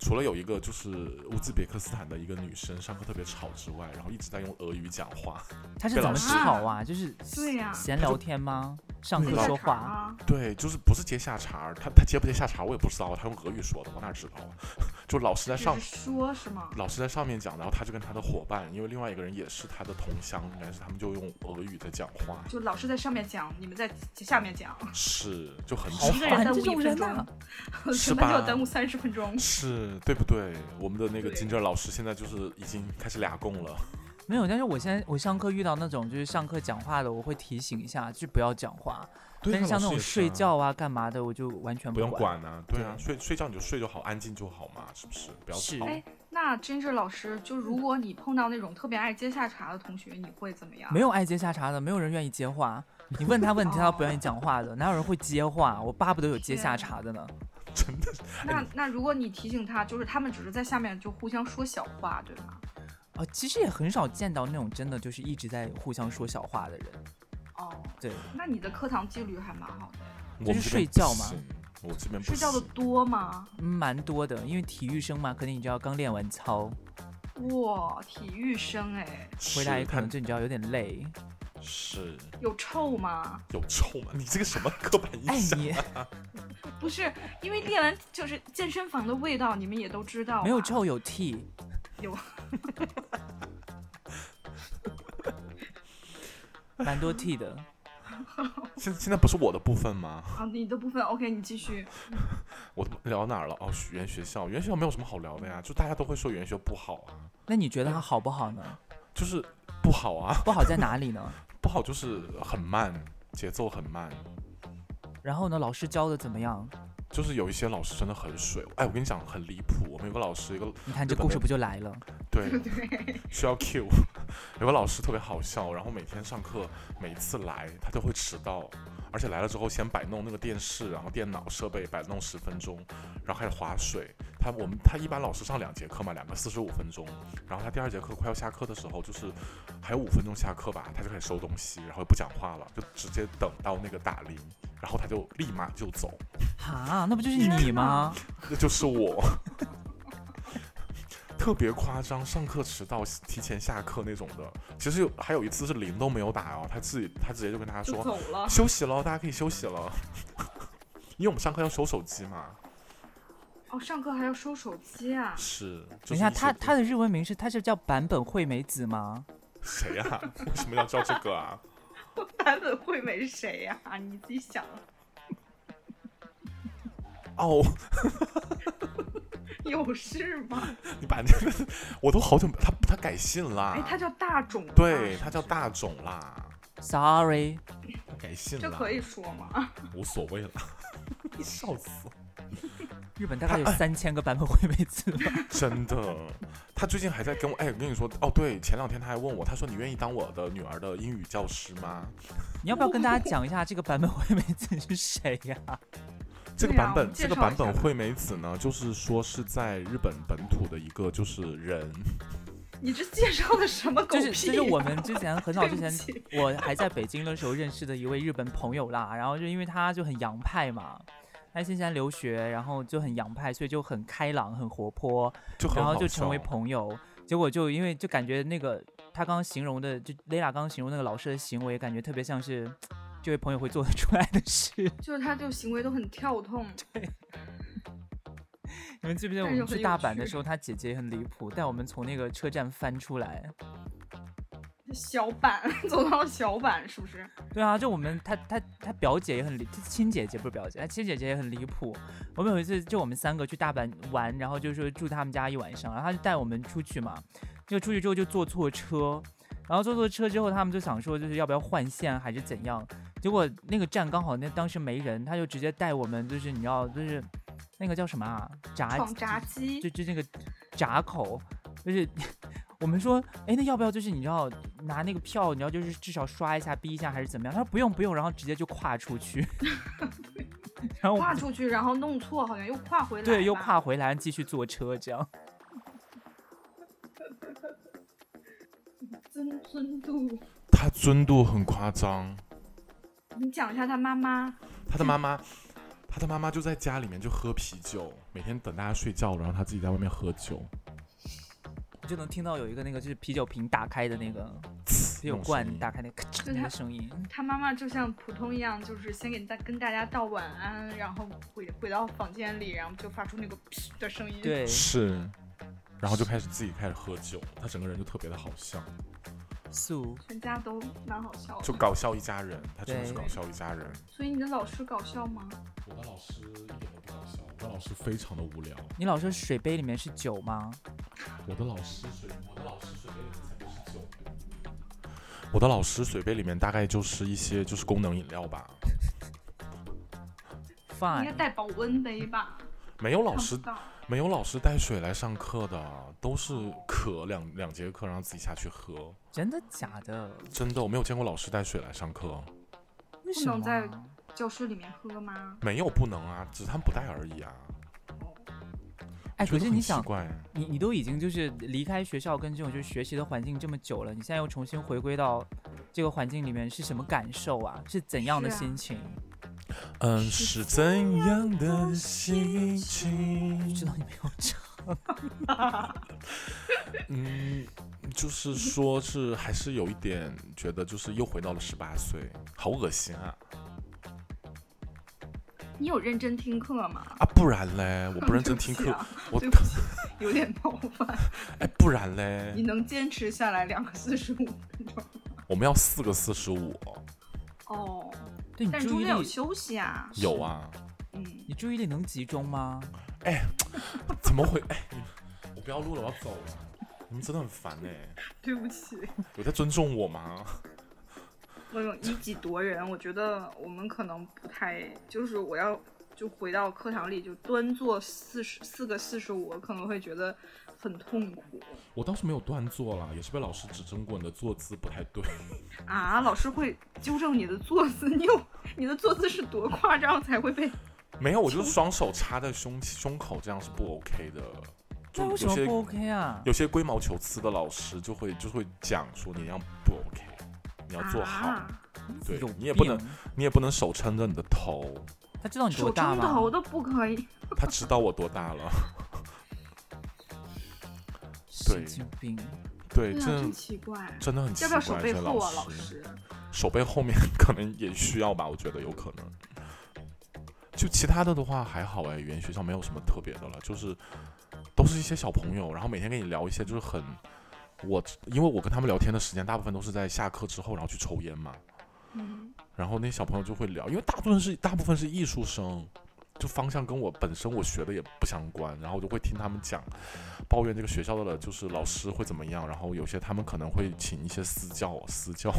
除了有一个就是乌兹别克斯坦的一个女生上课特别吵之外，然后一直在用俄语讲话。他是被怎老么师吵啊？就是对呀闲他就聊天吗？上不课知道说茬话？啊，对，就是不是接下茬儿，她她接不接下茬儿我也不知道，她用俄语说的，我哪知道啊？ [LAUGHS] 就老师在只上是说是吗？老师在上面讲，然后她就跟她的伙伴，因为另外一个人也是她的同乡，应该是他们就用俄语在讲话，就老师在上面讲，你们在下面讲，是就很好吵一个人烦在这屋里种分人钟呐！是成吧本就耽误三十分钟。是对不对？我们的那个对金正老师现在就是已经开始俩供了，没有，但是我现在我上课遇到那种就是上课讲话的，我会提醒一下，就不要讲话。 [LAUGHS] 对但啊是像那老师种也是睡啊觉啊、干嘛的，我就完全不用管。管啊，对啊，睡睡觉你就睡就好，安静就好嘛，是不是？不要是吵。哎那 Ginger 老师，就如果你碰到那种特别爱接下茬的同学，你会怎么样？没有爱接下茬的，没有人愿意接话。你问他问题，他都不愿意讲话的，哪有人会接话？我巴不得有接下茬的呢。哎那那如果你提醒他，就是他们只是在下面就互相说小话，对吧？啊，其实也很少见到那种真的就是一直在互相说小话的人。哦，对，那你的课堂纪律还蛮好的。我就们是这睡边觉不嘛行，我这边不睡觉的行多吗？嗯蛮多的，因为体育生嘛，肯定你知道刚练完操哇，体育生哎，回来，可能是看就你知道有点累。是有臭吗？有臭吗？你这个什么刻板哎印象？你。不是，因为练完就是健身房的味道，你们也都知道。 [LAUGHS] 没有，臭有屁，有 [LAUGHS] 蛮多屁的。现现在不是我的部分吗？啊，你的部分 OK，你继续。 [LAUGHS] 我聊到哪儿了？哦，语言学校，语言学校没有什么好聊的呀，就大家都会说语言学校不好啊，那你觉得它好不好呢？就是不好啊，不好在哪里呢？不好就是很慢，节奏很慢，然后呢，老师教的怎么样？就是有一些老师真的很水。哎，我跟你讲很离谱，我们有个老师，一个你看这日本故事人不就来了？对对，需要 Q，有个老师特别好笑，然后每天上课，每次来他都会迟到，而且来了之后先摆弄那个电视，然后电脑设备摆弄十分钟，然后开始划水。他我们他一般老师上两节课嘛，两个四十五分钟，然后他第二节课快要下课的时候，就是还有五分钟下课吧，他就开始收东西，然后不讲话了，就直接等到那个打铃，然后他就立马就走，哈，那不就是你吗？那就是我。特别夸张，上课迟到、提前下课那种的。其实有还有一次是铃都没有打哦，他自己他直接就跟大家就说走了。休息了，大家可以休息了，因为我们上课要收手机嘛。哦，上课还要收手机啊？ [LAUGHS] 是，就是、等一下，他他的日文名是他是叫坂本惠美子吗？谁呀、为什么要叫这个啊？啊版本惠美是谁呀、你自己想。哦，有事吗？啊你把那个，我都好久没他他改姓啦哎，，它叫大种吧，对是他不叫是，大种啦， Sorry，他改姓这啦，可以说吗？ [LAUGHS] 无所谓了， [LAUGHS] 笑死，日本大概有三千个版本会每次 [LAUGHS] 吧。真的，他最近还在跟我，哎，我跟你说，哦，对，前两天他还问我，他说你愿意当我的女儿的英语教师吗？你要不要跟大家讲一下这个版本会每次是谁呀、这个对啊版我本，们介这个绍版一下本吧惠美子呢，就是说是在日本本土的一个就是人，你这介绍的什 [LAUGHS] 么狗就屁呀？ [LAUGHS] 是就是我们之前很早之前对，我还在北京的时候认识的一位日本朋友啦，然后就因为他就很洋派嘛，他新西兰留学，然后就很洋派，所以就很开朗、很活泼，就很然后好就成为笑朋友。结果就因为就感觉那个他刚刚形容的，就 Lila 刚刚形容那个老师的行为，感觉特别像是这位朋友会做得出来的事。 [LAUGHS] 就是他这种行为都很跳动，你们记不记得我但是们很去有大阪的趣时候，他姐姐也很离谱，带我们从那个车站翻出来。小板 [LAUGHS] 走到小板是不是？对啊，就我们他他他表姐也很离，她亲姐姐不是表姐，她亲姐姐也很离谱。我们有一次就我们三个去大阪玩，然后就说住他们家一晚上，然后他就带我们出去嘛，就出去之后就坐错车，然后坐错车之后他们就想说就是要不要换线还是怎样，结果那个站刚好那当时没人，他就直接带我们就是你知道就是那个叫什么啊闸闯闸机就就那个闸口，就是 [LAUGHS] 我们说，哎，那要不要就是你知道拿那个票，你要就是至少刷一下、逼一下还是怎么样？他说不用不用，然后直接就跨出 [LAUGHS] 去， [LAUGHS] 然后我跨们出去，然后弄错，好像又跨回来，对又跨。回来继续坐车这样。 [LAUGHS] 尊尊度，他尊度很夸张，你讲一下他妈妈，他的妈妈，他的妈妈就在家里面就喝啤酒，每天等大家睡觉，然后他自己在外面喝酒，就能听到有一个那个就是啤酒瓶打开的那个啤那酒种罐声音打开那个咔就嚓是那它个声音，他妈妈就像普通一样，就是先给大跟大家道晚安，然后回回到房间里，然后就发出那个噗的声音。，对，是，然后就开始自己开始喝酒，他整个人就特别的好笑，素全家都蛮好笑的。就搞笑一家人，他真的是对搞笑一家人。所以你的老师搞笑吗？我的老师一点都不搞笑，我的老师非常的无聊，你老说水杯里面是酒吗？我的老师水，我的老师水杯里面才不是酒。我的老师水杯里面大概就是一些就是功能饮料吧，应该 Fine，带保温杯吧？没有老看不师到。没有老师带水来上课的，都是渴两两节课，然后自己下去喝。真的假的？真的，我没有见过老师带水来上课，为不什能么在啊？教室里面喝吗？没有不能啊，只是他们不带而已啊。哎，觉可是得你很奇想，怪，啊你你都已经就是离开学校跟这种就是学习的环境这么久了，你现在又重新回归到这个环境里面，是什么感受啊？是怎样的是啊心情？嗯，是怎样的心情不？知道你没有唱，嗯，就是说是还是有一点觉得，就是又回到了十八岁，好恶心啊！你有认真听课吗？ [LAUGHS] 啊，不然嘞，我不认真听对课不，起啊我对不起，有点冒犯。 [LAUGHS] 哎，不然你嘞，能坚持下来两个四十五分钟？我们要四个四十五，哦， [LAUGHS] 嗯对你但是注中意间有力，休息啊。有 [LAUGHS] 啊，嗯，你注意力能集中吗？怎么会？哎，你我不要录了，我要走了。你们真的很烦哎、对不起，有在尊重我吗？我有以己度人，我觉得我们可能不太，就是我要就回到课堂里就端坐四十四个四十五，我可能会觉得很痛苦我倒是没有端坐啦，也是被老师指正过你的坐姿不太对。 [LAUGHS] 啊。老师会纠正你的坐姿，你有你的坐姿是多夸张才会被没有，我就是双手插在胸胸口，这样是不 OK 的。就那为什有么些不 OK 啊？有些龟毛求疵的老师就会就会讲说你那样不 OK，你要做好，啊、对有你也不病能，你也不能手撑着你的头。他知道你多手大撑头吗？都不可以。他知道我多大 [LAUGHS] 了，对神经病！对，对啊，真真的奇怪。真的很奇要不要怪。手背这后啊，老老师？手背后面可能也需要吧，我觉得有可能。就其他的的话还好哎，语言学校没有什么特别的了，就是都是一些小朋友，然后每天跟你聊一些就是很我，因为我跟他们聊天的时间大部分都是在下课之后，然后去抽烟嘛，嗯，然后那些小朋友就会聊，因为大部分是大部分是艺术生，就方向跟我本身我学的也不相关，然后我就会听他们讲，抱怨这个学校的就是老师会怎么样，然后有些他们可能会请一些私教，私教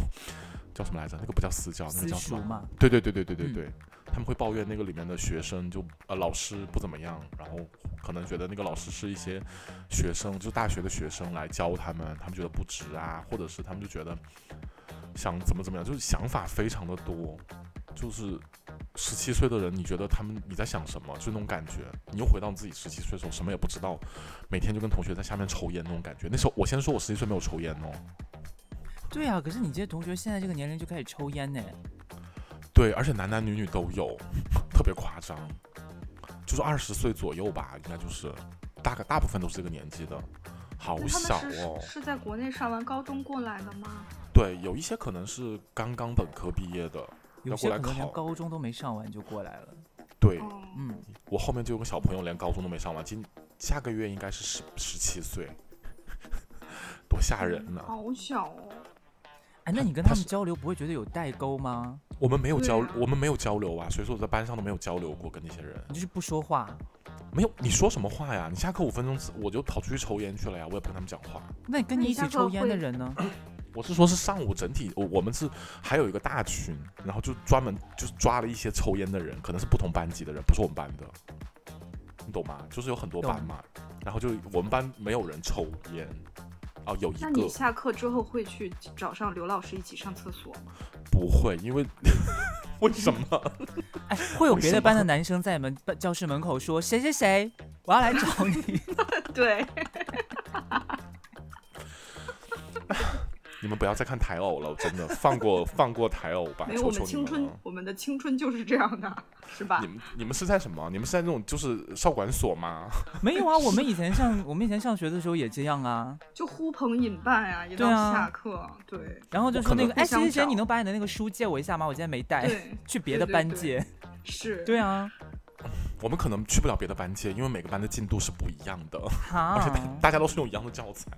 叫什么来着？那个不叫私教，那个私叫什塾么？嘛，对对对对对对嗯对，他们会抱怨那个里面的学生就呃老师不怎么样，然后可能觉得那个老师是一些学生，就大学的学生来教他们，他们觉得不值啊，或者是他们就觉得想怎么怎么样，就是想法非常的多，就是十七岁的人，你觉得他们你在想什么？就那种感觉，你又回到自己十七岁的时候什么也不知道，每天就跟同学在下面抽烟那种感觉。那时候我先说我十七岁没有抽烟哦，对啊，可是你这些同学现在这个年龄就开始抽烟呢，对，而且男男女女都有， [LAUGHS] 特别夸张，就是二十岁左右吧，应该就是大概大部分都是这个年纪的，好那他小们是、哦。是在国内上完高中过来的吗？对，有一些可能是刚刚本科毕业的，有要些过来可能连考高中都没上完就过来了。对哦，嗯，我后面就有个小朋友连高中都没上完，今下个月应该是十十七岁， [LAUGHS] 多吓人呐、好小哦。哎，那他你跟他他们是交流不会觉得有代沟吗？我们没有对交，啊我们没有交流啊，所以说我在班上都没有交流过跟那些人。你就是不说话，没有，你说什么话呀？你下课五分钟我就跑出去抽烟去了呀，我也不跟他们讲话。那跟那你你一起下课抽烟的会人 [LAUGHS] 呢？我是说，是上午整体，我我们是还有一个大群，然后就专门就是抓了一些抽烟的人，可能是不同班级的人，不是我们班的，你懂吗？就是有很多班嘛，然后就我们班没有人抽烟，哦，有一那你个下课之后会去找上刘老师一起上厕所 [LAUGHS] 吗？不会，因为 [LAUGHS] 为什么？ [LAUGHS] 哎，会有为别什的班么 [LAUGHS] 的男生在门班教室门口说谁谁谁，我要来找 [LAUGHS] 你。对，你们不要再看台偶了，真的放过放过台偶吧，没有我求求们青你们春了。，我们的青春就是这样的，是吧你？们你们是在什么？你们是在那种就是少管所吗？ [LAUGHS] 没有啊，我们以前上我们以前上学的时候也这样 [LAUGHS] 啊。就呼朋引伴啊，一到对啊下课，对然后就我说可那能个互哎谁相谁谁，你找能把你的那个书借我一下吗？我今天没带，对， [LAUGHS] 去别对的对班对借。是，对 [LAUGHS] 啊，我们可能去不了别的班级，因为每个班的进度是不一样的。而且大哈，大家都是用一样的教材。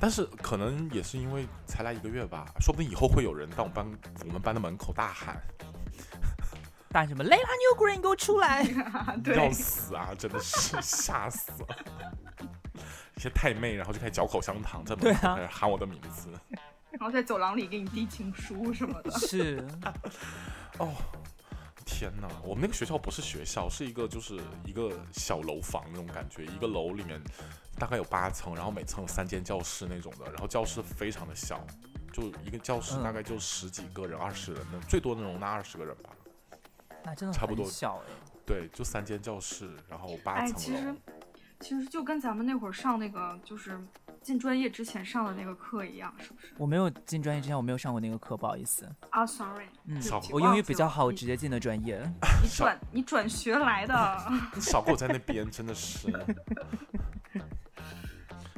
但是可能也是因为才来一个月吧，说不定以后会有人到我们班我们班的门口大喊大什么 Layla New Green 给我出 [LAUGHS] 来！要对，死啊，真的是吓死了。一些太妹，然后就开始嚼口香糖，在对门啊口开始喊我的名字。然后在走廊里给你递情书什 [LAUGHS] 么的。是，哦，天哪！我们那个学校不是学校，是一个就是一个小楼房那种感觉，一个楼里面大概有八层，然后每层有三间教室那种的，然后教室非常的小，就一个教室嗯大概就十几个人、二十、人的，最多能容纳二十个人吧。那啊真的差不很多小哎。对，就三间教室，然后八哎，层其楼实。其实就跟咱们那会儿上那个就是进专业之前上的那个课一样，是不是？我没有进专业之前，我没有上过那个课，不好意思。啊，sorry，嗯少，我英语比较忘记好，了直接进的专业。你转你转学来的。你少给我在那边，真的是。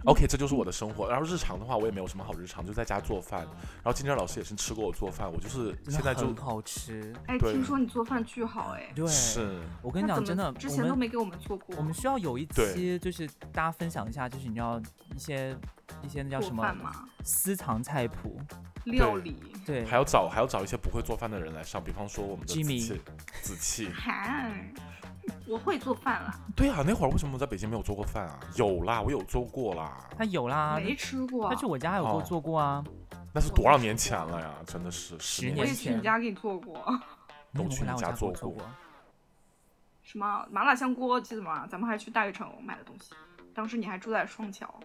OK，这就是我的生活。然后日常的话，我也没有什么好日常，就在家做饭。然后金珍老师也是吃过我做饭，我就是真的现在就很好吃。哎，对听说你做饭巨好哎，对，是我跟你那讲，怎真么的，之我前都们没给我们做过。我们需要有一对期，就是大家分享一下，就是你知道一些一些那叫做什么饭嘛，私藏菜谱，料理。对，还要找还要找一些不会做饭的人来上，比方说我们的子 Jimmy 气，子 [LAUGHS] 气。嗨，我会做饭啦，对啊，那会儿为什么在北京没有做过饭啊？有啦，我有做过啦，他有啦，没吃过他。去我家有给我哦做过啊，那是多少年前了呀？真的是十十我年也前。去你家给你做过，你怎么都去会你来我家家给我做做过哦过？什么麻辣香锅，记得吗？咱们还去大悦城买的东西，当时你还住在双桥，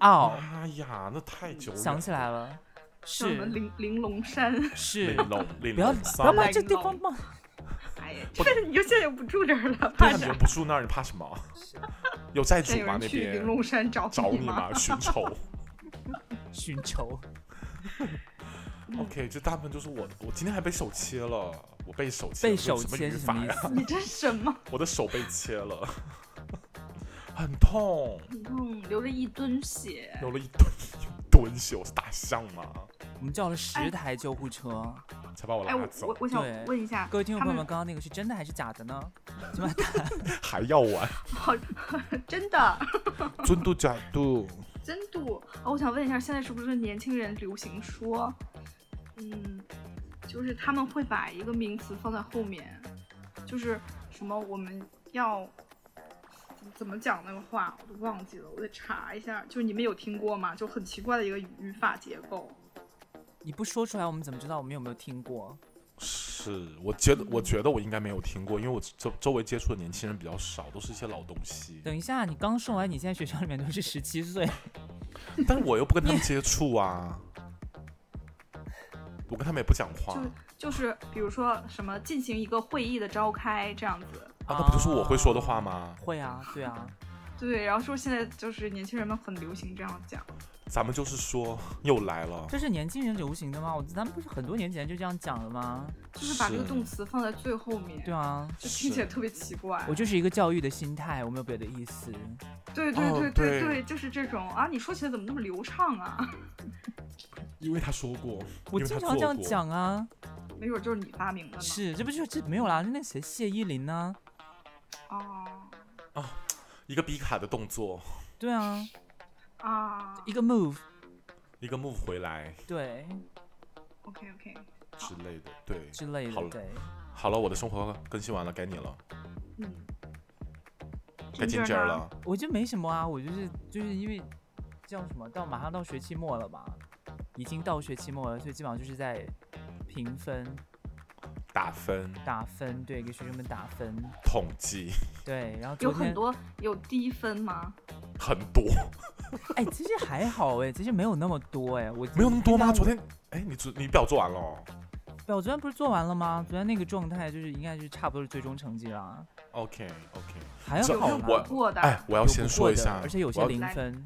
哦，哎呀，那太久远。想起来了，叫 [LAUGHS] 什么是玲玲珑 [LAUGHS] 山，是，玲珑，玲不要珑不要三。把这地 [LAUGHS] 方忘，哎呀，这你就现在又不住这儿了，对怕啊，你啥们？不住那儿，你怕什 [LAUGHS] 么？有债主现在有吗？人那去玲边珑山找找你 [LAUGHS] 吗？吗？寻仇。寻仇， OK，这大部分就是我，我今天还被手切了，我被手切被了，[LAUGHS] 这有手什么切语是什法么意呀？思？你这什么？ [LAUGHS] 我的手被切了， [LAUGHS] 很痛。嗯，流了一吨血，流了一吨一吨血，我是大象吗？我们叫了十哎台救护车。才把我哎，拉我走我，我想对问一下，各位听众他朋友们们，刚刚那个是真的还是假的呢？还要玩，好，真的尊嘟假嘟，真度、哦，我想问一下，现在是不是年轻人流行说，嗯，就是他们会把一个名词放在后面，就是什么我们要怎么怎么讲那个话，我都忘记了，我得查一下。就是你们有听过吗？就很奇怪的一个语法结构。你不说出来，我们怎么知道我们有没有听过？是，我觉得我觉得我应该没有听过，因为我周周围接触的年轻人比较少，都是一些老东西。等一下，你刚说完，你现在学校里面都是十七岁， [LAUGHS] 但是我又不跟他们接触啊，我跟他们也不讲话，就就是比如说什么进行一个会议的召开这样子。啊，那不就是我会说的话吗？会啊，对啊，对，然后说现在就是年轻人们很流行这样讲。咱们就是说又来了，这是年轻人流行的吗？我咱们不是很多年前就这样讲了吗？就是把这个是动词放在最后面，对啊，就听起来特别奇哎怪我。就是一个教育的心态，我没有别的意思。对对哦对对对对，就是这种啊！你说起来怎么那么流畅啊？因为他说过，我因为经他常这做样过，讲啊，没准就是你发明的呢。是，这不就这没有啦？那谁谢依霖呢？哦一个比卡的动作，对啊，啊一个 move，一个 move 回来对，OK OK，之类的，对。之类好的，了对。好了，我的生活更新完了，该你了，嗯，该进阶儿了。我就没什么啊，我就是就是因为叫什么，到马上到学期末了嘛，已经到学期末了，所以基本上就是在评分、打分、打分，对，给学生们打分，统计对，然后有昨很天多有低分吗？很多， [LAUGHS] 哎，其实还好哎，其实没有那么多哎，我没有那么多吗？那昨天，哎，你昨你表做完了哦？对，我昨天不是做完了吗？昨天那个状态就是应该是差不多是最终成绩啦， OK OK，还这好有啦没我有过的？哎，我要有先不说过一的下，而且有些我要零来分，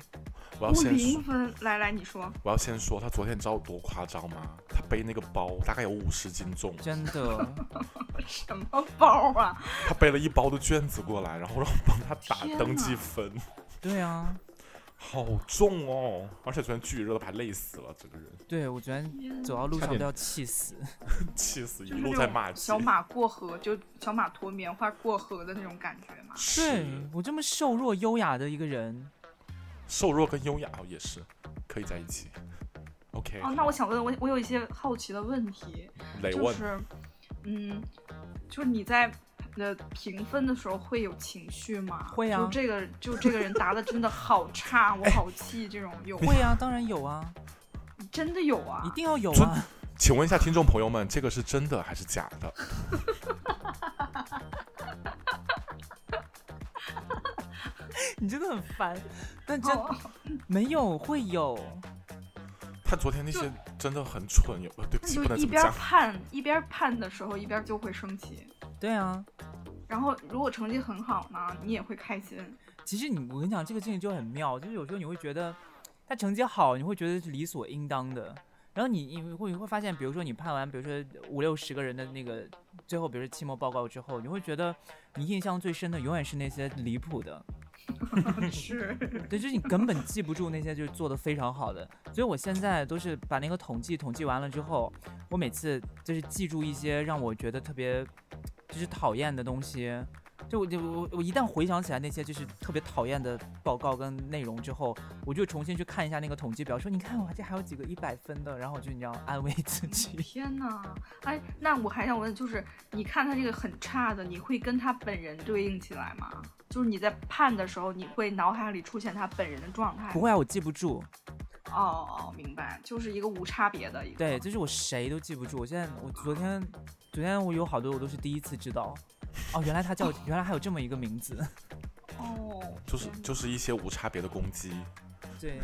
我我要先说零分，来来，你说，我要先说，他昨天你知道有多夸张吗？他背那个包大概有五十斤重，真的什么包啊？他背了一包的卷子过来，然后让我帮他打天登记哪分，对啊，好重哦！而且昨天巨热的，把他累死了，整个人对我昨天天走到路差上点都要气死，气死，一就是路那在种骂街小。马过河，就小马驮棉花过河的那种感觉嘛。是对我这么瘦弱优雅的一个人，瘦弱跟优雅哦也是可以在一起。OK，哦，那我想问，我我有一些好奇的问题，哎雷就问是，嗯，就是你在呃评分的时候会有情绪吗？会啊哎就这个就这个人答的真的好差，我好气，这种有会啊，当然有啊，真的有啊一？定要有尊啊，请问一下听众朋友们，这个是真的还是假 [LAUGHS] 的？ [LAUGHS] 你真的很烦，但真哦没有会有，他昨天那些真的很蠢，有呃对不那起，就不能一这么边讲。盼一边盼的时候，一边就会生气。对啊，然后如果成绩很好呢，你也会 [LAUGHS] 开心。其实你，我跟你讲，这个事情就很妙，就是有时候你会觉得他成绩好，你会觉得是理所应当的。然后你你会会发现，比如说你判完，比如说五六十个人的那个最后，比如说期末报告之后，你会觉得你印象最深的永远是那些离谱的，嗯是，对，就是你根本记不住那些就是做的非常好的。所以我现在都是把那个统计统计完了之后，我每次就是记住一些让我觉得特别就是讨厌的东西。就我就我我一旦回想起来那些就是特别讨厌的报告跟内容之后，我就重新去看一下那个统计表，说你看我这还有几个一百分的，然后我就你要安慰自己。 [LAUGHS] 天哪！哎，那我还想问，就是你看他这个很差的，你会跟他本人对应起来吗？就是你在判的时候，你会脑海里出现他本人的状态吗？不会啊，我记不住。哦哦，明白，就是一个无差别的一个。对，就是我谁都记不住。我现在我昨天昨天我有好多我都是第一次知道，哦，原来他叫原来还有这么一个名字。哦，就是就是一些无差别的攻击，对，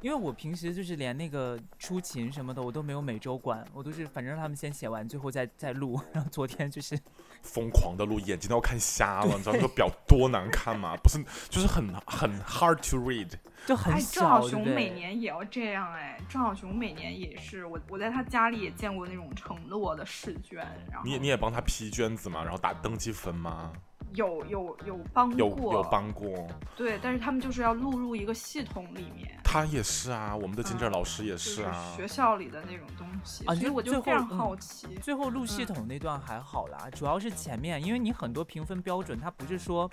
因为我平时就是连那个出勤什么的，我都没有每周管，我都是反正让他们先写完，最后再再录。然后昨天 [LAUGHS] 就是疯狂的录，眼睛都要看瞎了，你知道那个表多难看吗？ [LAUGHS] 不是，就是很很 hard to read。就很哎，郑小，好对不雄对每年也要这样哎，郑好雄每年也是，我我在他家里也见过那种承诺的试卷，然后你也你也帮他批卷子嘛，然后打登记分吗？有有有帮过，有有帮过，对，但是他们就是要录入一个系统里面，他也是啊，我们的金正老师也就是啊。学校里的那种东西，啊所就以是我就最非后常嗯好奇，最后录系嗯统那段还好啦，主要是前面，因为你很多评分标准它不是说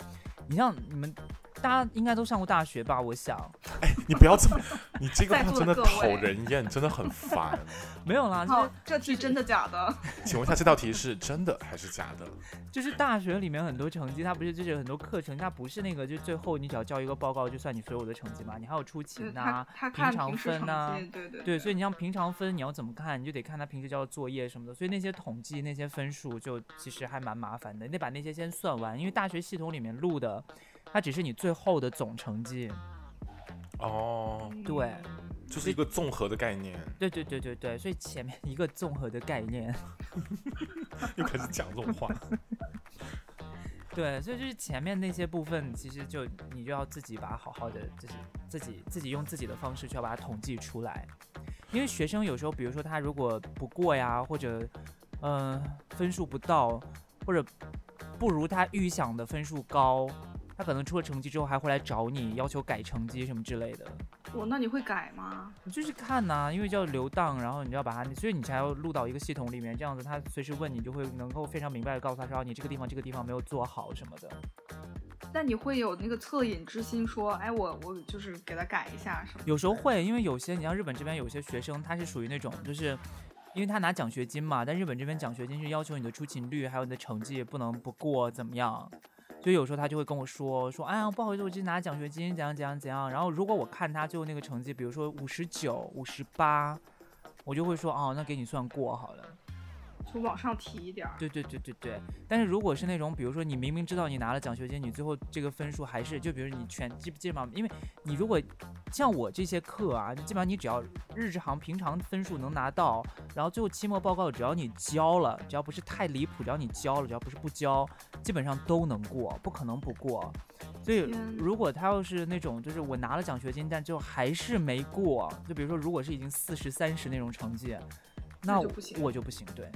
你像你们大家应该都上过大学吧？我想 [LAUGHS] 你不要这么，你这个 [LAUGHS] 在话座真的的各讨位人厌，真的很烦。没有啦，好就，这题真的假的？请问一下，这道题是真的还是假 [LAUGHS] 的？是就是大学里面很多成绩，它不是就是很多课程，它不是那个就最后你只要交一个报告就算你所有的成绩嘛，你还有出就是勤呐、他他看平常平时分成呐绩，对对对，所以你像平常分你要怎么看，你就得看他平时交的作业什么的，所以那些统计那些分数就其实还蛮麻烦的，你得把那些先算完，因为大学系统里面录的，它只是你最后的总成绩。哦，嗯对就是一个综合的概 [LAUGHS] 念，对对对对对，所以前面一个综合的概念，又开始讲这种话。对，所以就是前面那些部分，其实就你就要自己把它好好的，就是自己自己用自己的方式去要把它统计出来，因为学生有时候，比如说他如果不过呀，或者嗯、呃分数不到，或者不如他预想的分数高，他可能出了成绩之后还会来找你要求改成绩什么之类的，我哦那你会改吗？你就是看呐、因为叫留档，然后你就要把它，所以你才要录到一个系统里面，这样子他随时问你，就会能够非常明白的告诉他说，哦你这个地方这个地方没有做好什么的。那你会有那个恻隐之心，说，哎，我我就是给他改一下什么？有时候会，因为有些你像日本这边有些学生，他是属于那种就是。因为他拿奖学金嘛，但日本这边奖学金是要求你的出勤率还有你的成绩不能不过怎么样，所以有时候他就会跟我说说，哎呀，不好意思，我只拿奖学金，怎样怎样怎样。然后如果我看他最后那个成绩，比如说五十九、五十八，我就会说，哦，那给你算过好了。就往上提一点儿。对对对对对，但是如果是那种，比如说你明明知道你拿了奖学金，你最后这个分数还是，就比如你全基基本上，因为你如果像我这些课啊，基本上你只要日常平常分数能拿到，然后最后期末报告只要你交了，只要不是太离谱，只要你交了，只要不是不交，基本上都能过，不可能不过。所以天如果他要是那种，就是我拿了奖学金，但最后还是没过，就比如说如果是已经四十三十那种成绩，那就不行我就不行，对。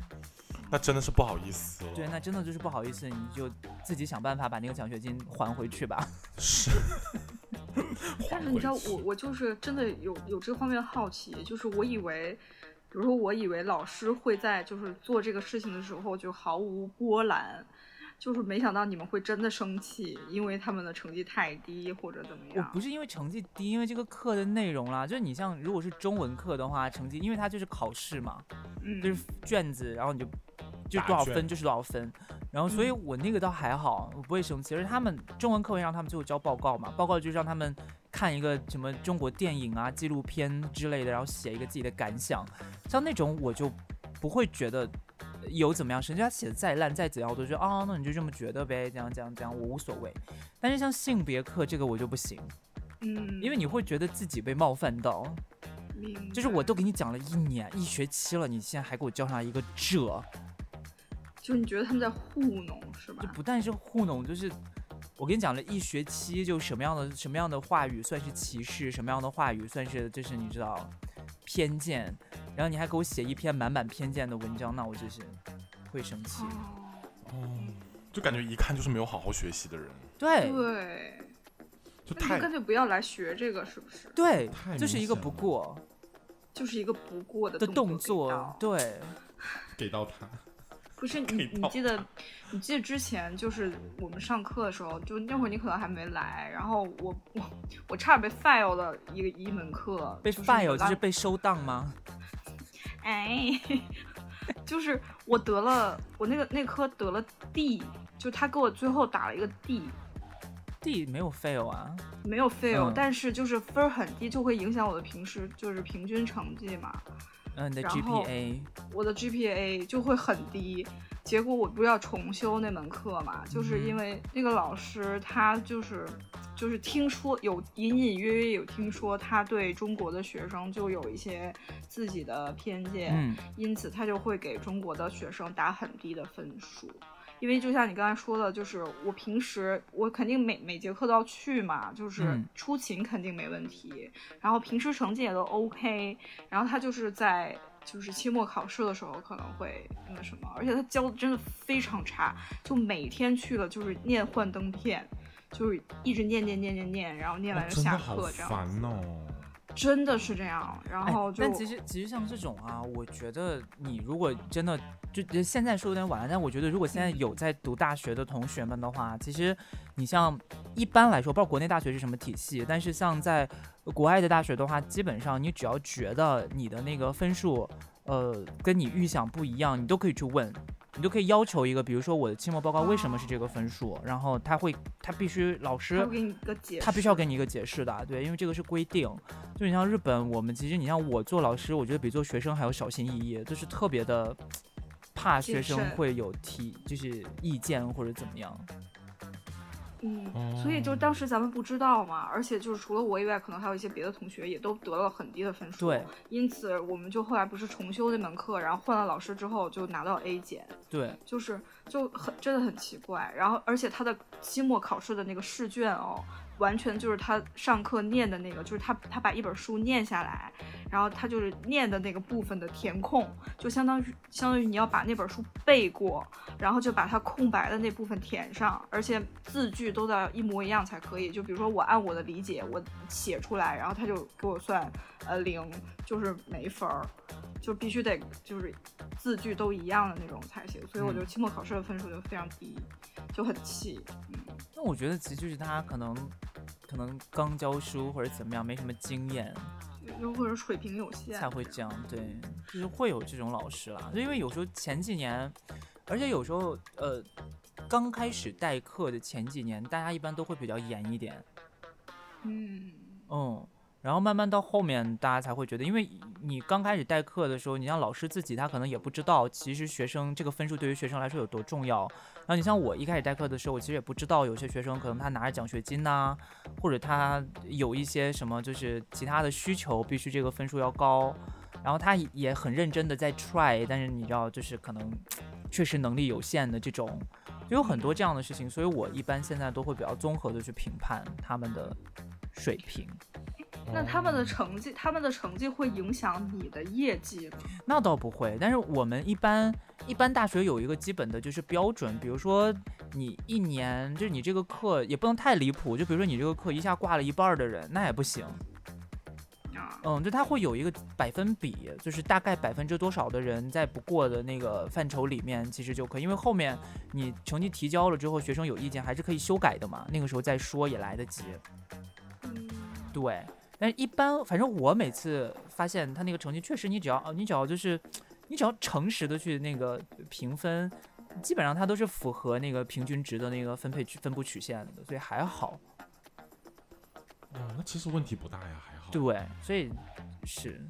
那真的是不好意思了。 [LAUGHS] 对，那真的就是不好意思，你就自己想办法把那个奖学金还回去吧。是。但还是你回知道去我，我就是真的有有这方面的好奇，就是我以为，比如说我以为老师会在就是做这个事情的时候就毫无波澜，就是没想到你们会真的生气，因为他们的成绩太低或者怎么我样。不是因为成绩低，因为这个课的内容啦，就是你像如果是中文课的话，成绩因为它就是考试嘛，嗯，就是卷子，然后你就就答多少卷分就是多少分，然后所以嗯我那个倒还好，我不会生气。而且他们中文课会让他们最后交报告嘛，报告就是让他们看一个什么中国电影啊、纪录片之类的，然后写一个自己的感想。像那种我就不会觉得有怎么样，人家写的再烂再怎样，我都觉得哦，那你就这么觉得呗，这样这样这样，我无所谓。但是像性别课这个我就不行，嗯，因为你会觉得自己被冒犯到，明就是白我都给你讲了一年一学期了，你现在还给我交上一个这。就是你觉得他们在糊弄是吧就？不但是糊弄，就是我跟你讲了一学期，就什么样的什么样的话语算是歧视，什么样的话语算是就是你知道偏见，然后你还给我写一篇满满偏见的文章，那我就是会生气。哦，哦，就感觉一看就是没有好好学习的人，对对，就那你就太干脆不要来学这个，是不是？对太，就是明一个显不了过就是一个不过的的动动给作到，对，给到他。不是可以你，你到记得，你记得之前就是我们上课的时候，就那会儿你可能还没来，然后我我我差点被 file 了一个一门课，被就是 fire 我就是当被收档吗？哎， [LAUGHS] 就是我得了我那个那科得了 D，就他给我最后打了一个 D， D 没有 fail 啊，没有 fail，、嗯但是就是分儿很低，就会影响我的平时就是平均成绩嘛，嗯，你的然后 GPA 我的 GPA 就会很低。结果我不是要重修那门课嘛，就是因为那个老师他就是就是听说有隐隐约约有听说他对中国的学生就有一些自己的偏见，嗯，因此他就会给中国的学生打很低的分数。因为就像你刚才说的，就是我平时我肯定每每节课都要去嘛，就是嗯出勤肯定没问题，然后平时成绩也都 OK，然后他就是在就是期末考试的时候可能会那个什么，而且他教的真的非常差，就每天去了就是念幻灯片，就是一直念念念念念，然后念完哦就真的下好课这样，烦哦。真的是这样，然哎后就、但其实其实像这种啊，我觉得你如果真的就就现在说有点晚了，但我觉得如果现嗯在有在读大学的同学们的话，其实你像一般来说，不知道国内大学是什么体系，但是像在国外的大学的话，基本上你只要觉得你的那个分数，呃，跟你预想不一样，你都可以去问。你都可以要求一个，比如说我的期末报告为什么是这个分数，然后他会，他必须老师他会给你一个解释，他必须要给你一个解释的，对，因为这个是规定。就你像日本，我们其实你像我做老师，我觉得比做学生还要小心翼翼，就是特别的怕学生谨慎会有提就是意见或者怎么样。哦嗯，所以就当时咱们不知道嘛，而且就是除了我以外，可能还有一些别的同学也都得了很低的分数，对，因此我们就后来不是重修那门课，然后换了老师之后就拿到 A 减，对，就是就很真的很奇怪。然后，而且他的期末考试的那个试卷哦，完全就是他上课念的那个，就是他他把一本书念下来，然后他就是念的那个部分的填空，就相当于相当于你要把那本书背过，然后就把它空白的那部分填上，而且字句都得一模一样才可以。就比如说我按我的理解我写出来，然后他就给我算呃零，就是没分儿。就必须得就是字句都一样的那种才行，所以我觉得期末考试的分数就非常低，就很气。那我觉得其实就是他可能可能刚教书或者怎么样，没什么经验又或者水平有限才，会这样，对，就是会有这种老师啦。就因为有时候前几年，而且有时候呃刚开始代课的前几年，大家一般都会比较严一点。嗯，嗯，然后慢慢到后面，大家才会觉得，因为你刚开始代课的时候，你像老师自己，他可能也不知道，其实学生这个分数对于学生来说有多重要。然后你像我一开始代课的时候，我其实也不知道，有些学生可能他拿着奖学金呐、或者他有一些什么就是其他的需求，必须这个分数要高。然后他也很认真的在 try，但是你知道，就是可能确实能力有限的这种，就有很多这样的事情，所以我一般现在都会比较综合的去评判他们的水平。哦那他们的成绩，他们的成绩会影响你的业绩吗？那倒不会，但是我们一般一般大学有一个基本的就是标准，比如说你一年就是你这个课也不能太离谱，就比如说你这个课一下挂了一半儿的人，那也不行。啊，嗯，就它会有一个百分比，就是大概百分之多少的人在不过的那个范畴里面，其实就可以，因为后面你成绩提交了之后，学生有意见还是可以修改的嘛，那个时候再说也来得及。嗯，对，但是一般，反正我每次发现他那个成绩，确实你只要，呃你只要就是，你只要诚实的去那个评分，基本上它都是符合那个平均值的那个分配曲分布曲线的，所以还好。嗯，那其实问题不大呀，还好。对，所以是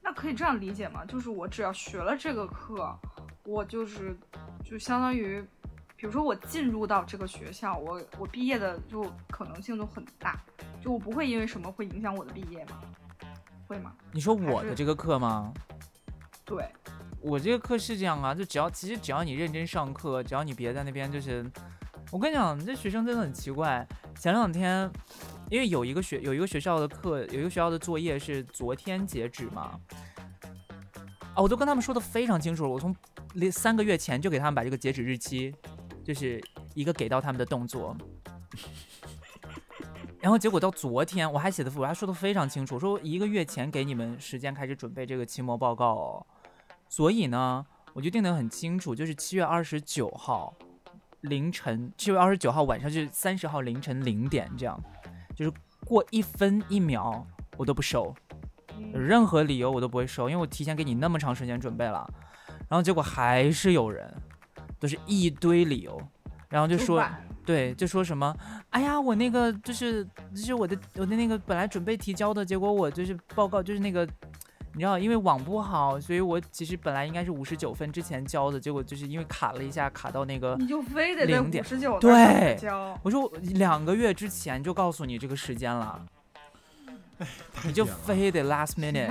那可以这样理解吗？就是我只要学了这个课，我就是就相当于，比如说我进入到这个学校，我我毕业的就可能性就很大，就我不会因为什么会影响我的毕业吗？会吗？你说还我的是这个课吗？对，我这个课是这样啊，就只要其实只要你认真上课，只要你别在那边就是，我跟你讲，这学生真的很奇怪。前两天，因为有一个学有一个学校的课，有一个学校的作业是昨天截止嘛，啊，我都跟他们说的非常清楚了，我从连三个月前就给他们把这个截止日期，就是一个给到他们的动作。然后结果到昨天，我还写的我还说的非常清楚，我说一个月前给你们时间开始准备这个期末报告哦。所以呢，我就定得很清楚，就是七月二十九号凌晨，七月二十九号晚上就是三十号凌晨零点这样，就是过一分一秒我都不收，有嗯任何理由我都不会收，因为我提前给你那么长时间准备了，然后结果还是有人，都是一堆理由，然后就说。晚对，就说什么，哎呀，我那个就是就是我的我的那个本来准备提交的，结果我就是报告就是那个，你知道，因为网不好，所以我其实本来应该是五十九分之前交的，结果就是因为卡了一下，卡到那嗯个，你就非得在呃零点五十九对交， [LAUGHS] 我说我两个月之前就告诉你这个时间了。 [LAUGHS] 你就哎太贱了非得 last [LAUGHS] minute，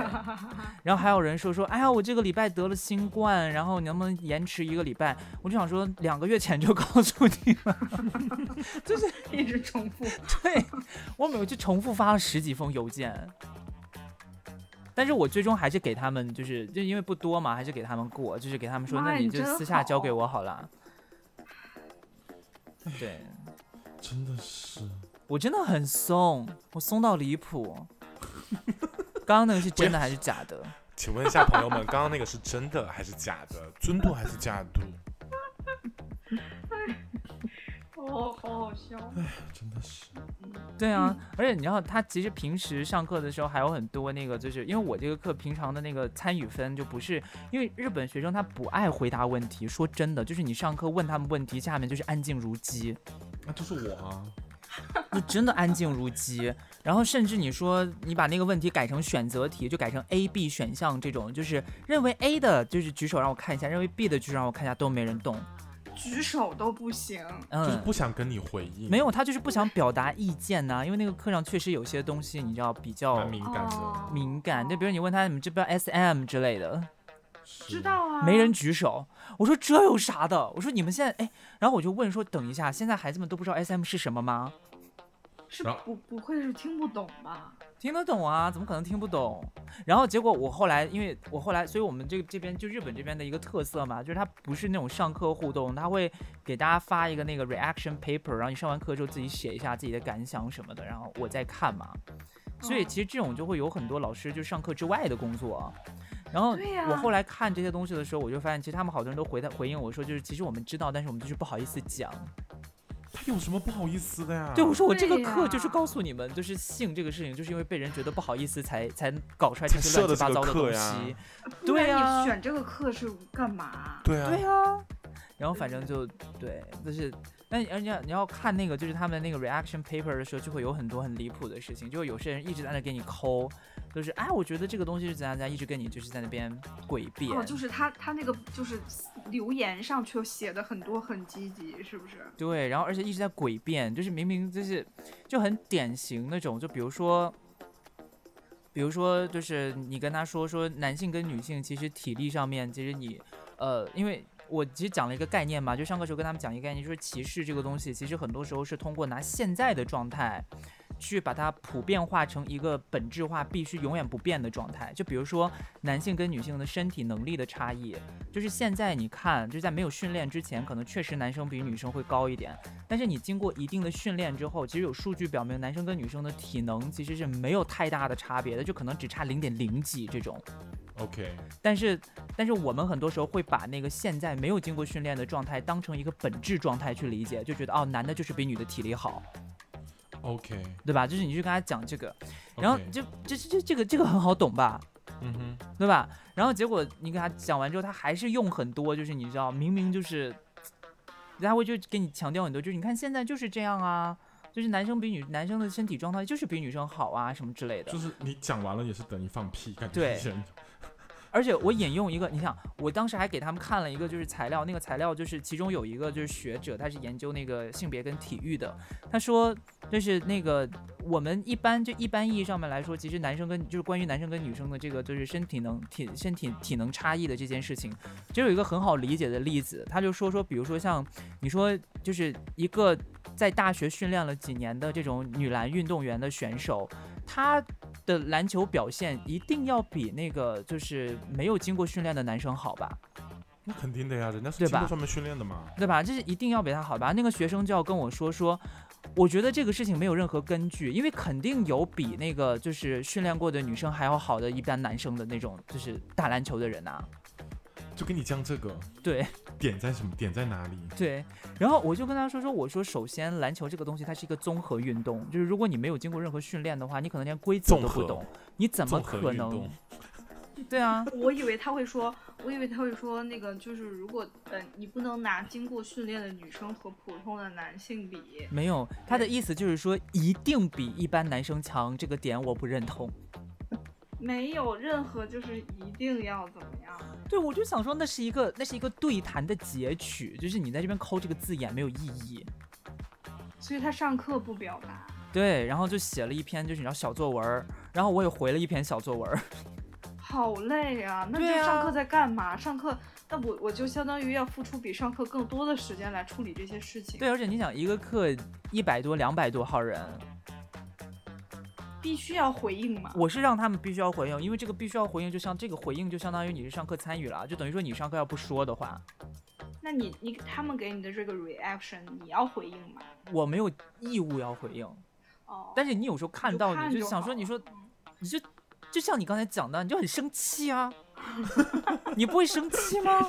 然后还有人说说，哎呀，我这个礼拜得了新冠，然后能不能延迟一个礼拜？我就想说，两个月前就告诉你了，一直重复。对我每就重复发了十几封邮件，但是我最终还是给他们，就是就因为不多嘛，还是给他们过，就是给他们说，妈那呀你你就真私下交给好我好了。对真的是，我真的很松，我松到离谱。刚刚那个是真的还是假的？请问一下朋友们，刚刚那个是真的还是假的？尊度还是假度？哦，好好笑。真的是，对啊，嗯而且你知道，他其实平时上课的时候还有很多那个，就是因为我这个课平常的那个参与分就不是，因为日本学生他不爱回答问题。说真的，就是你上课问他们问题，下面就是安静如鸡，那就是我啊。就真的安静如鸡。然后甚至你说你把那个问题改成选择题，就改成 A、B 选项这种，就是认为 A 的就是举手让我看一下，认为 B 的举手让我看一下，都没人动。举手都不行，就是嗯，不想跟你回应，没有，他就是不想表达意见呐、因为那个课上确实有些东西你知道比较蛮敏感的，哦敏感，就比如你问他你们这边 S M 之类的，知知道啊，没人举手。我说这有啥的？我说你们现在哎，然后我就问说，等一下，现在孩子们都不知道 S M 是什么吗？是然后不不会是听不懂吧？听得懂啊，怎么可能听不懂？然后结果我后来，因为我后来，所以我们这这边就日本这边的一个特色嘛，就是它不是那种上课互动，它会给大家发一个那个 reaction paper，然后你上完课之后自己写一下自己的感想什么的，然后我再看嘛。所以嗯其实这种就会有很多老师就上课之外的工作。然后对呀我后来看这些东西的时候，我就发现其实他们好多人都回答回应我说，就是其实我们知道，但是我们就是不好意思讲。他哎有什么不好意思的呀？对，我说我这个对呀课就是告诉你们，就是性这个事情，就是因为被人觉得不好意思才才搞出来这才些设乱的七八这个糟的课东呀西。不然对啊你选这个课是干嘛？对啊，对啊，然后反正就对，就是。但而且你要看那个，就是他们那个 reaction paper 的时候，就会有很多很离谱的事情，就会有些人一直在那给你抠，就是哎，我觉得这个东西是怎样怎样，一直跟你就是在那边诡辩。哦，就是他他那个就是留言上去写的很多很积极，是不是？对，然后而且一直在诡辩，就是明明就是就很典型那种，就比如说，比如说就是你跟他说说男性跟女性其实体力上面其实你呃，因为我其实讲了一个概念嘛，就上课时候跟他们讲一个概念，就是歧视这个东西，其实很多时候是通过拿现在的状态。去把它普遍化成一个本质化、必须永远不变的状态。就比如说男性跟女性的身体能力的差异，就是现在你看，就是在没有训练之前，可能确实男生比女生会高一点，但是你经过一定的训练之后，其实有数据表明，男生跟女生的体能其实是没有太大的差别的，就可能只差零点零几这种。 OK，但是，但是我们很多时候会把那个现在没有经过训练的状态当成一个本质状态去理解，就觉得哦，男的就是比女的体力好， OK，对吧？就是你去跟他讲这个，然后就这这这这个这个很好懂吧？嗯哼，对吧？然后结果你给他讲完之后，他还是用很多，就是你知道，明明就是，他会就给你强调很多，就是你看现在就是这样啊，就是男生比女男生的身体状态就是比女生好啊，什么之类的就。是你讲完了也是等于放屁，感觉对一些人而且我引用一个，你想，我当时还给他们看了一个就是材料，那个材料就是其中有一个就是学者，他是研究那个性别跟体育的，他说就是那个我们一般就一般意义上面来说，其实男生跟就是关于男生跟女生的这个就是身体能体身体体能差异的这件事情，就有一个很好理解的例子，他就说说，比如说像你说就是一个在大学训练了几年的这种女篮运动员的选手，她的篮球表现一定要比那个就是没有经过训练的男生好吧，那肯定的呀，人家是对经过吧专门训练的嘛。对吧？这是一定要比他好吧？那个学生就要跟我说说。我觉得这个事情没有任何根据，因为肯定有比那个就是训练过的女生还要好的一般男生的那种就是打篮球的人呐、就跟你讲这个对，点在什么，点在哪里？对，然后我就跟他说说，我说首先篮球这个东西它是一个综合运动，就是如果你没有经过任何训练的话，你可能连规则综都不合懂，你怎么综合可运能动？对啊， [LAUGHS] 我以为他会说，我以为他会说那个就是如果呃你不能拿经过训练的女生和普通的男性比，没有，他的意思就是说一定比一般男生强，这个点我不认同。没有任何就是一定要怎么样。对，我就想说那是一个那是一个对谈的截取，就是你在这边抠这个字眼没有意义。所以他上课不表达，对，然后就写了一篇就是你知道小作文儿，然后我也回了一篇小作文儿。 [LAUGHS] 好累啊！那对这啊上课在干嘛？上课，那我我就相当于要付出比上课更多的时间来处理这些事情。对，而且你想一个课一百多两百多号人，必须要回应嘛。我是让他们必须要回应，因为这个必须要回应，就像这个回应就相当于你是上课参与了，就等于说你上课要不说的话，那你你他们给你的这个 reaction，你要回应嘛？我没有义务要回应。哦，但是你有时候看到你就看你就就想好说，你了嗯说你就就像你刚才讲的，你就很生气啊， [LAUGHS] 你不会生气吗？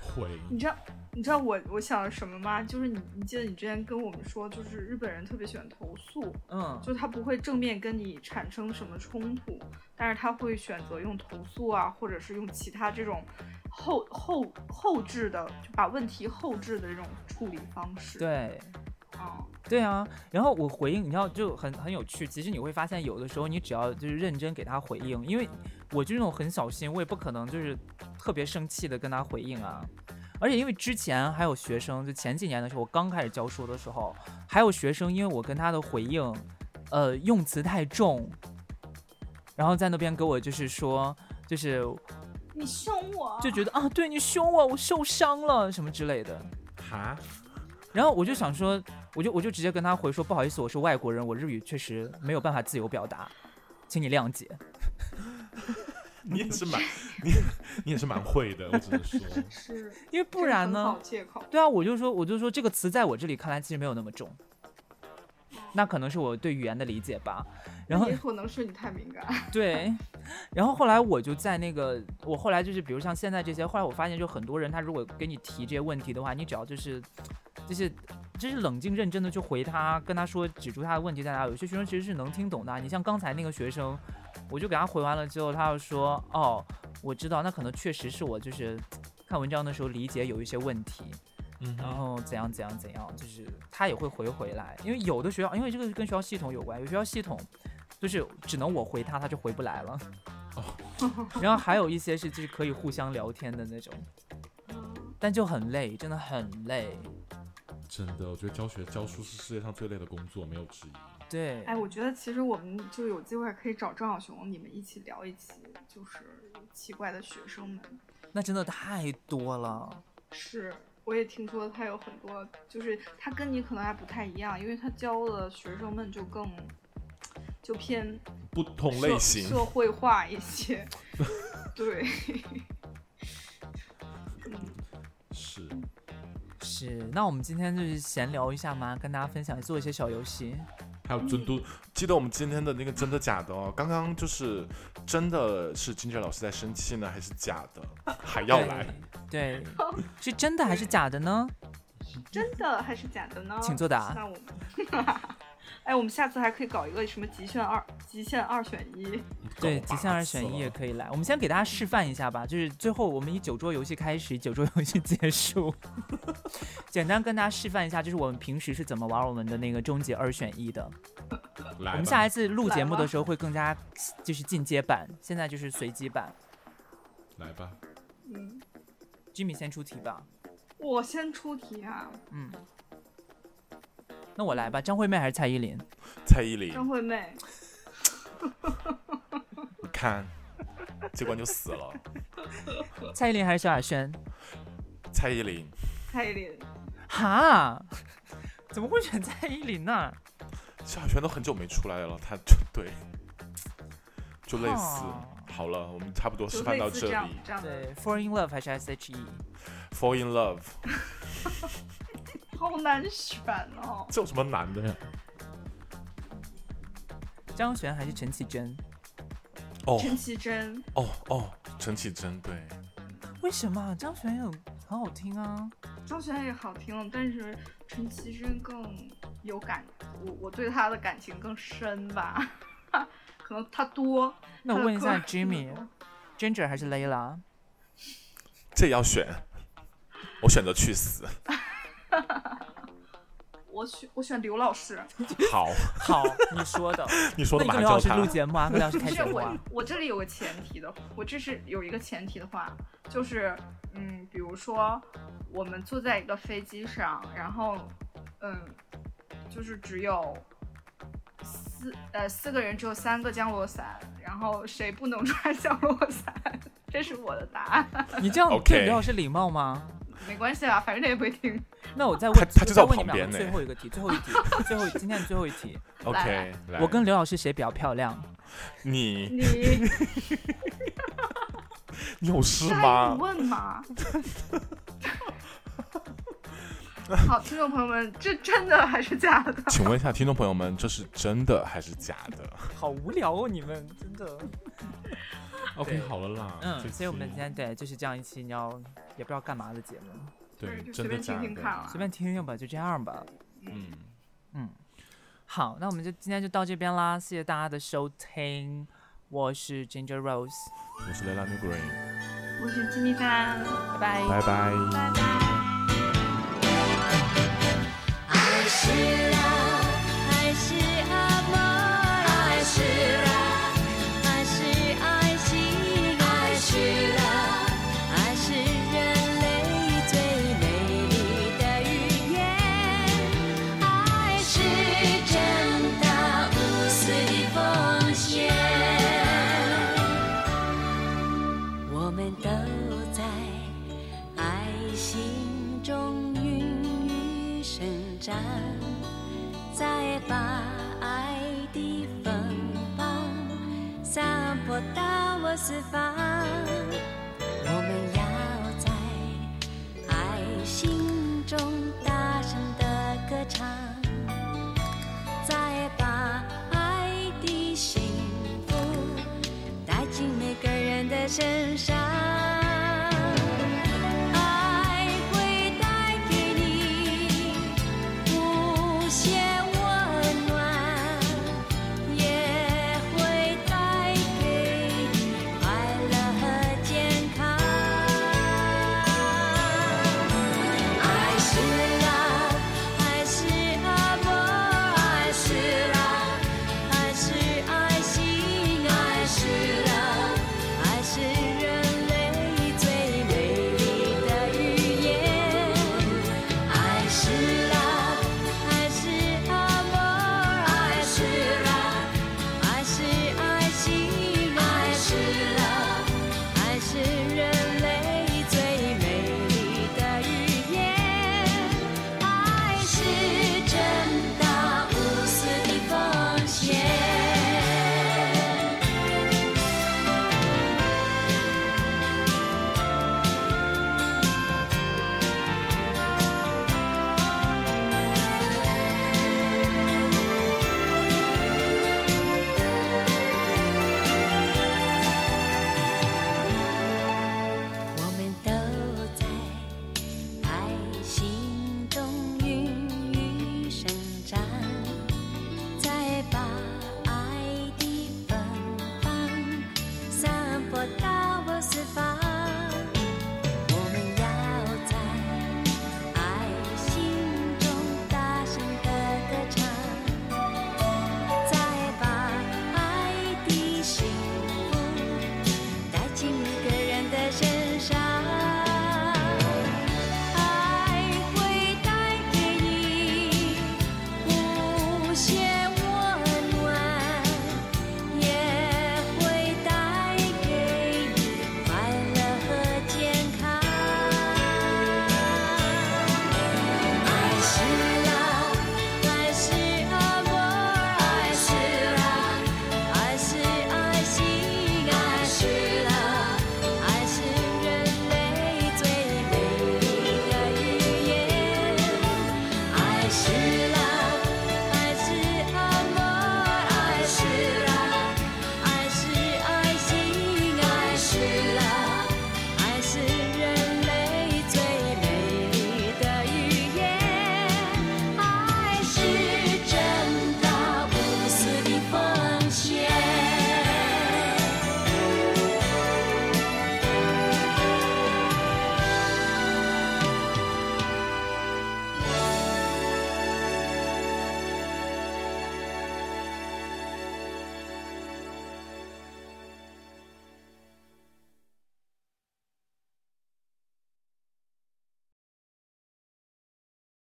会你知道你知道我我想了什么吗？就是你你记得你之前跟我们说，就是日本人特别喜欢投诉，嗯，就他不会正面跟你产生什么冲突，但是他会选择用投诉啊，或者是用其他这种后后后置的，就把问题后置的这种处理方式。对。啊，对啊，然后我回应，你知道就很很有趣。其实你会发现，有的时候你只要就是认真给他回应，因为我就那种很小心，我也不可能就是特别生气的跟他回应啊。而且因为之前还有学生，就前几年的时候，我刚开始教书的时候，还有学生因为我跟他的回应，呃，用词太重，然后在那边给我就是说，就是你凶我，就觉得啊，对你凶我，我受伤了什么之类的。 [LAUGHS] 哈，然后我就想说，我就我就直接跟他回说，不好意思，我是外国人，我日语确实没有办法自由表达，请你谅解。你 [LAUGHS] 也是蛮你你也是蛮会的，我只能说，是，因为不然这呢个很好？借口。对啊，我就说我就说这个词在我这里看来其实没有那么重，那可能是我对语言的理解吧。然后也可能哦是你太 [LAUGHS] 敏感，对，然后后来我就在那个，我后来就是比如像现在这些，后来我发现就很多人他如果跟你提这些问题的话，你只要就是就是就是冷静认真的去回他，跟他说指出他的问题在哪，有些学生其实是能听懂的。啊你像刚才那个学生，我就给他回完了之后，他又说哦，我知道，那可能确实是我就是看文章的时候理解有一些问题，嗯然哼，后怎样怎样怎样，就是他也会回回来，因为有的学校，因为这个是跟学校系统有关，有学校系统就是只能我回他，他就回不来了。然后还有一些是就是可以互相聊天的那种，但就很累，真的很累。真的，我觉得教学教书是世界上最累的工作，没有之一。对，哎，我觉得其实我们就有机会可以找张小熊，你们一起聊一期，就是奇怪的学生们。那真的太多了。是，我也听说他有很多，就是他跟你可能还不太一样，因为他教的学生们就更就偏不同社类型，社会化一些。 [LAUGHS] [LAUGHS] 对，是是，那我们今天就是闲聊一下嘛，跟大家分享做一些小游戏。还有尊嘟，记得我们今天的那个真的假的哦？刚刚就是真的是金哲老师在生气呢，还是假的？还要来？对，对，是真的还是假的呢？真的还是假的呢？请作答那我们， [LAUGHS] 哎，我们下次还可以搞一个什么极限二极限二选一。对，搞极限把二子选一也了可以来。我们先给大家示范一下吧，就是最后我们以九桌游戏开始，以九桌游戏结束。 [LAUGHS] 简单跟大家示范一下，就是我们平时是怎么玩我们的那个终极二选一的。来吧，我们下一次录节目来的吧时候会更加就是进阶版，现在就是随机版。来吧，嗯， Jimmy 先出题吧，我先出题啊，嗯，那我来吧，张惠妹还是蔡依林？蔡依林，张惠妹。你看，这关就死了。蔡依林还是萧亚 [LAUGHS] 轩？蔡依林，蔡依林，哈，怎么会选蔡依林呢、萧亚轩都很久没出来了，他就对，就类似哦。好了，我们差不多就示范类到似这这样里。这样的，对，Fall in Love 还是 E？S.H.E？ Fall in love，好难选哦。这有什么难的呀？张悬还是陈绮贞？哦陈绮贞，哦哦，陈绮贞，对，为什么张悬有很好听啊？张悬也好听，但是陈绮贞更有感，我我对她的感情更深吧， [LAUGHS] 可能她多。那我问一下 Jimmy， [LAUGHS] Jimmy， Ginger 还是 Layla？这也要选，我选择去死。我选我选刘老师， [LAUGHS] 好，好，你说的。你说那的你马跟上刘老教师他录。节目啊，跟刘老师不开是节目我啊。我这里有个前提的，我这是有一个前提的话，就是嗯，比如说我们坐在一个飞机上，然后嗯，就是只有四呃四个人只有三个降落伞，然后谁不能穿降落伞， [LAUGHS] 这是我的答案，你这样 OK 对刘老师礼貌吗？没关系啦，反正他也不会听。那我再他问，他就在再我问你们旁两边个呢最后一个题，最后一题， [LAUGHS] 最后今天的最后一题。 OK，来我跟刘老师谁比较漂亮？ [LAUGHS] 你，你你有事这还 [LAUGHS] 吗用？问吗？好，听众朋友们，这真的还是假的？请问一下听众朋友们，这是真的还是假的好无聊哦，你们真的。 ？OK，对好了啦。这嗯，所以我们期今天对就是这样一期你要也不知道干嘛的节目，对 [LAUGHS] 就随真的便听假听看的，了随。便听听吧，就这样吧。嗯，嗯，好，那我们就今天就到这边啦，谢谢大家的收听，我是 Ginger Rose，我是 Lila New Green，我是金立帆，拜拜。拜拜拜拜。爱是啊，爱是阿妈，爱是啊，爱是爱情，爱是啊，爱是人类最美丽的语言。爱是真的无私的奉献，我们都在。爱心中孕育生长，再把爱的芬芳散播到我四方。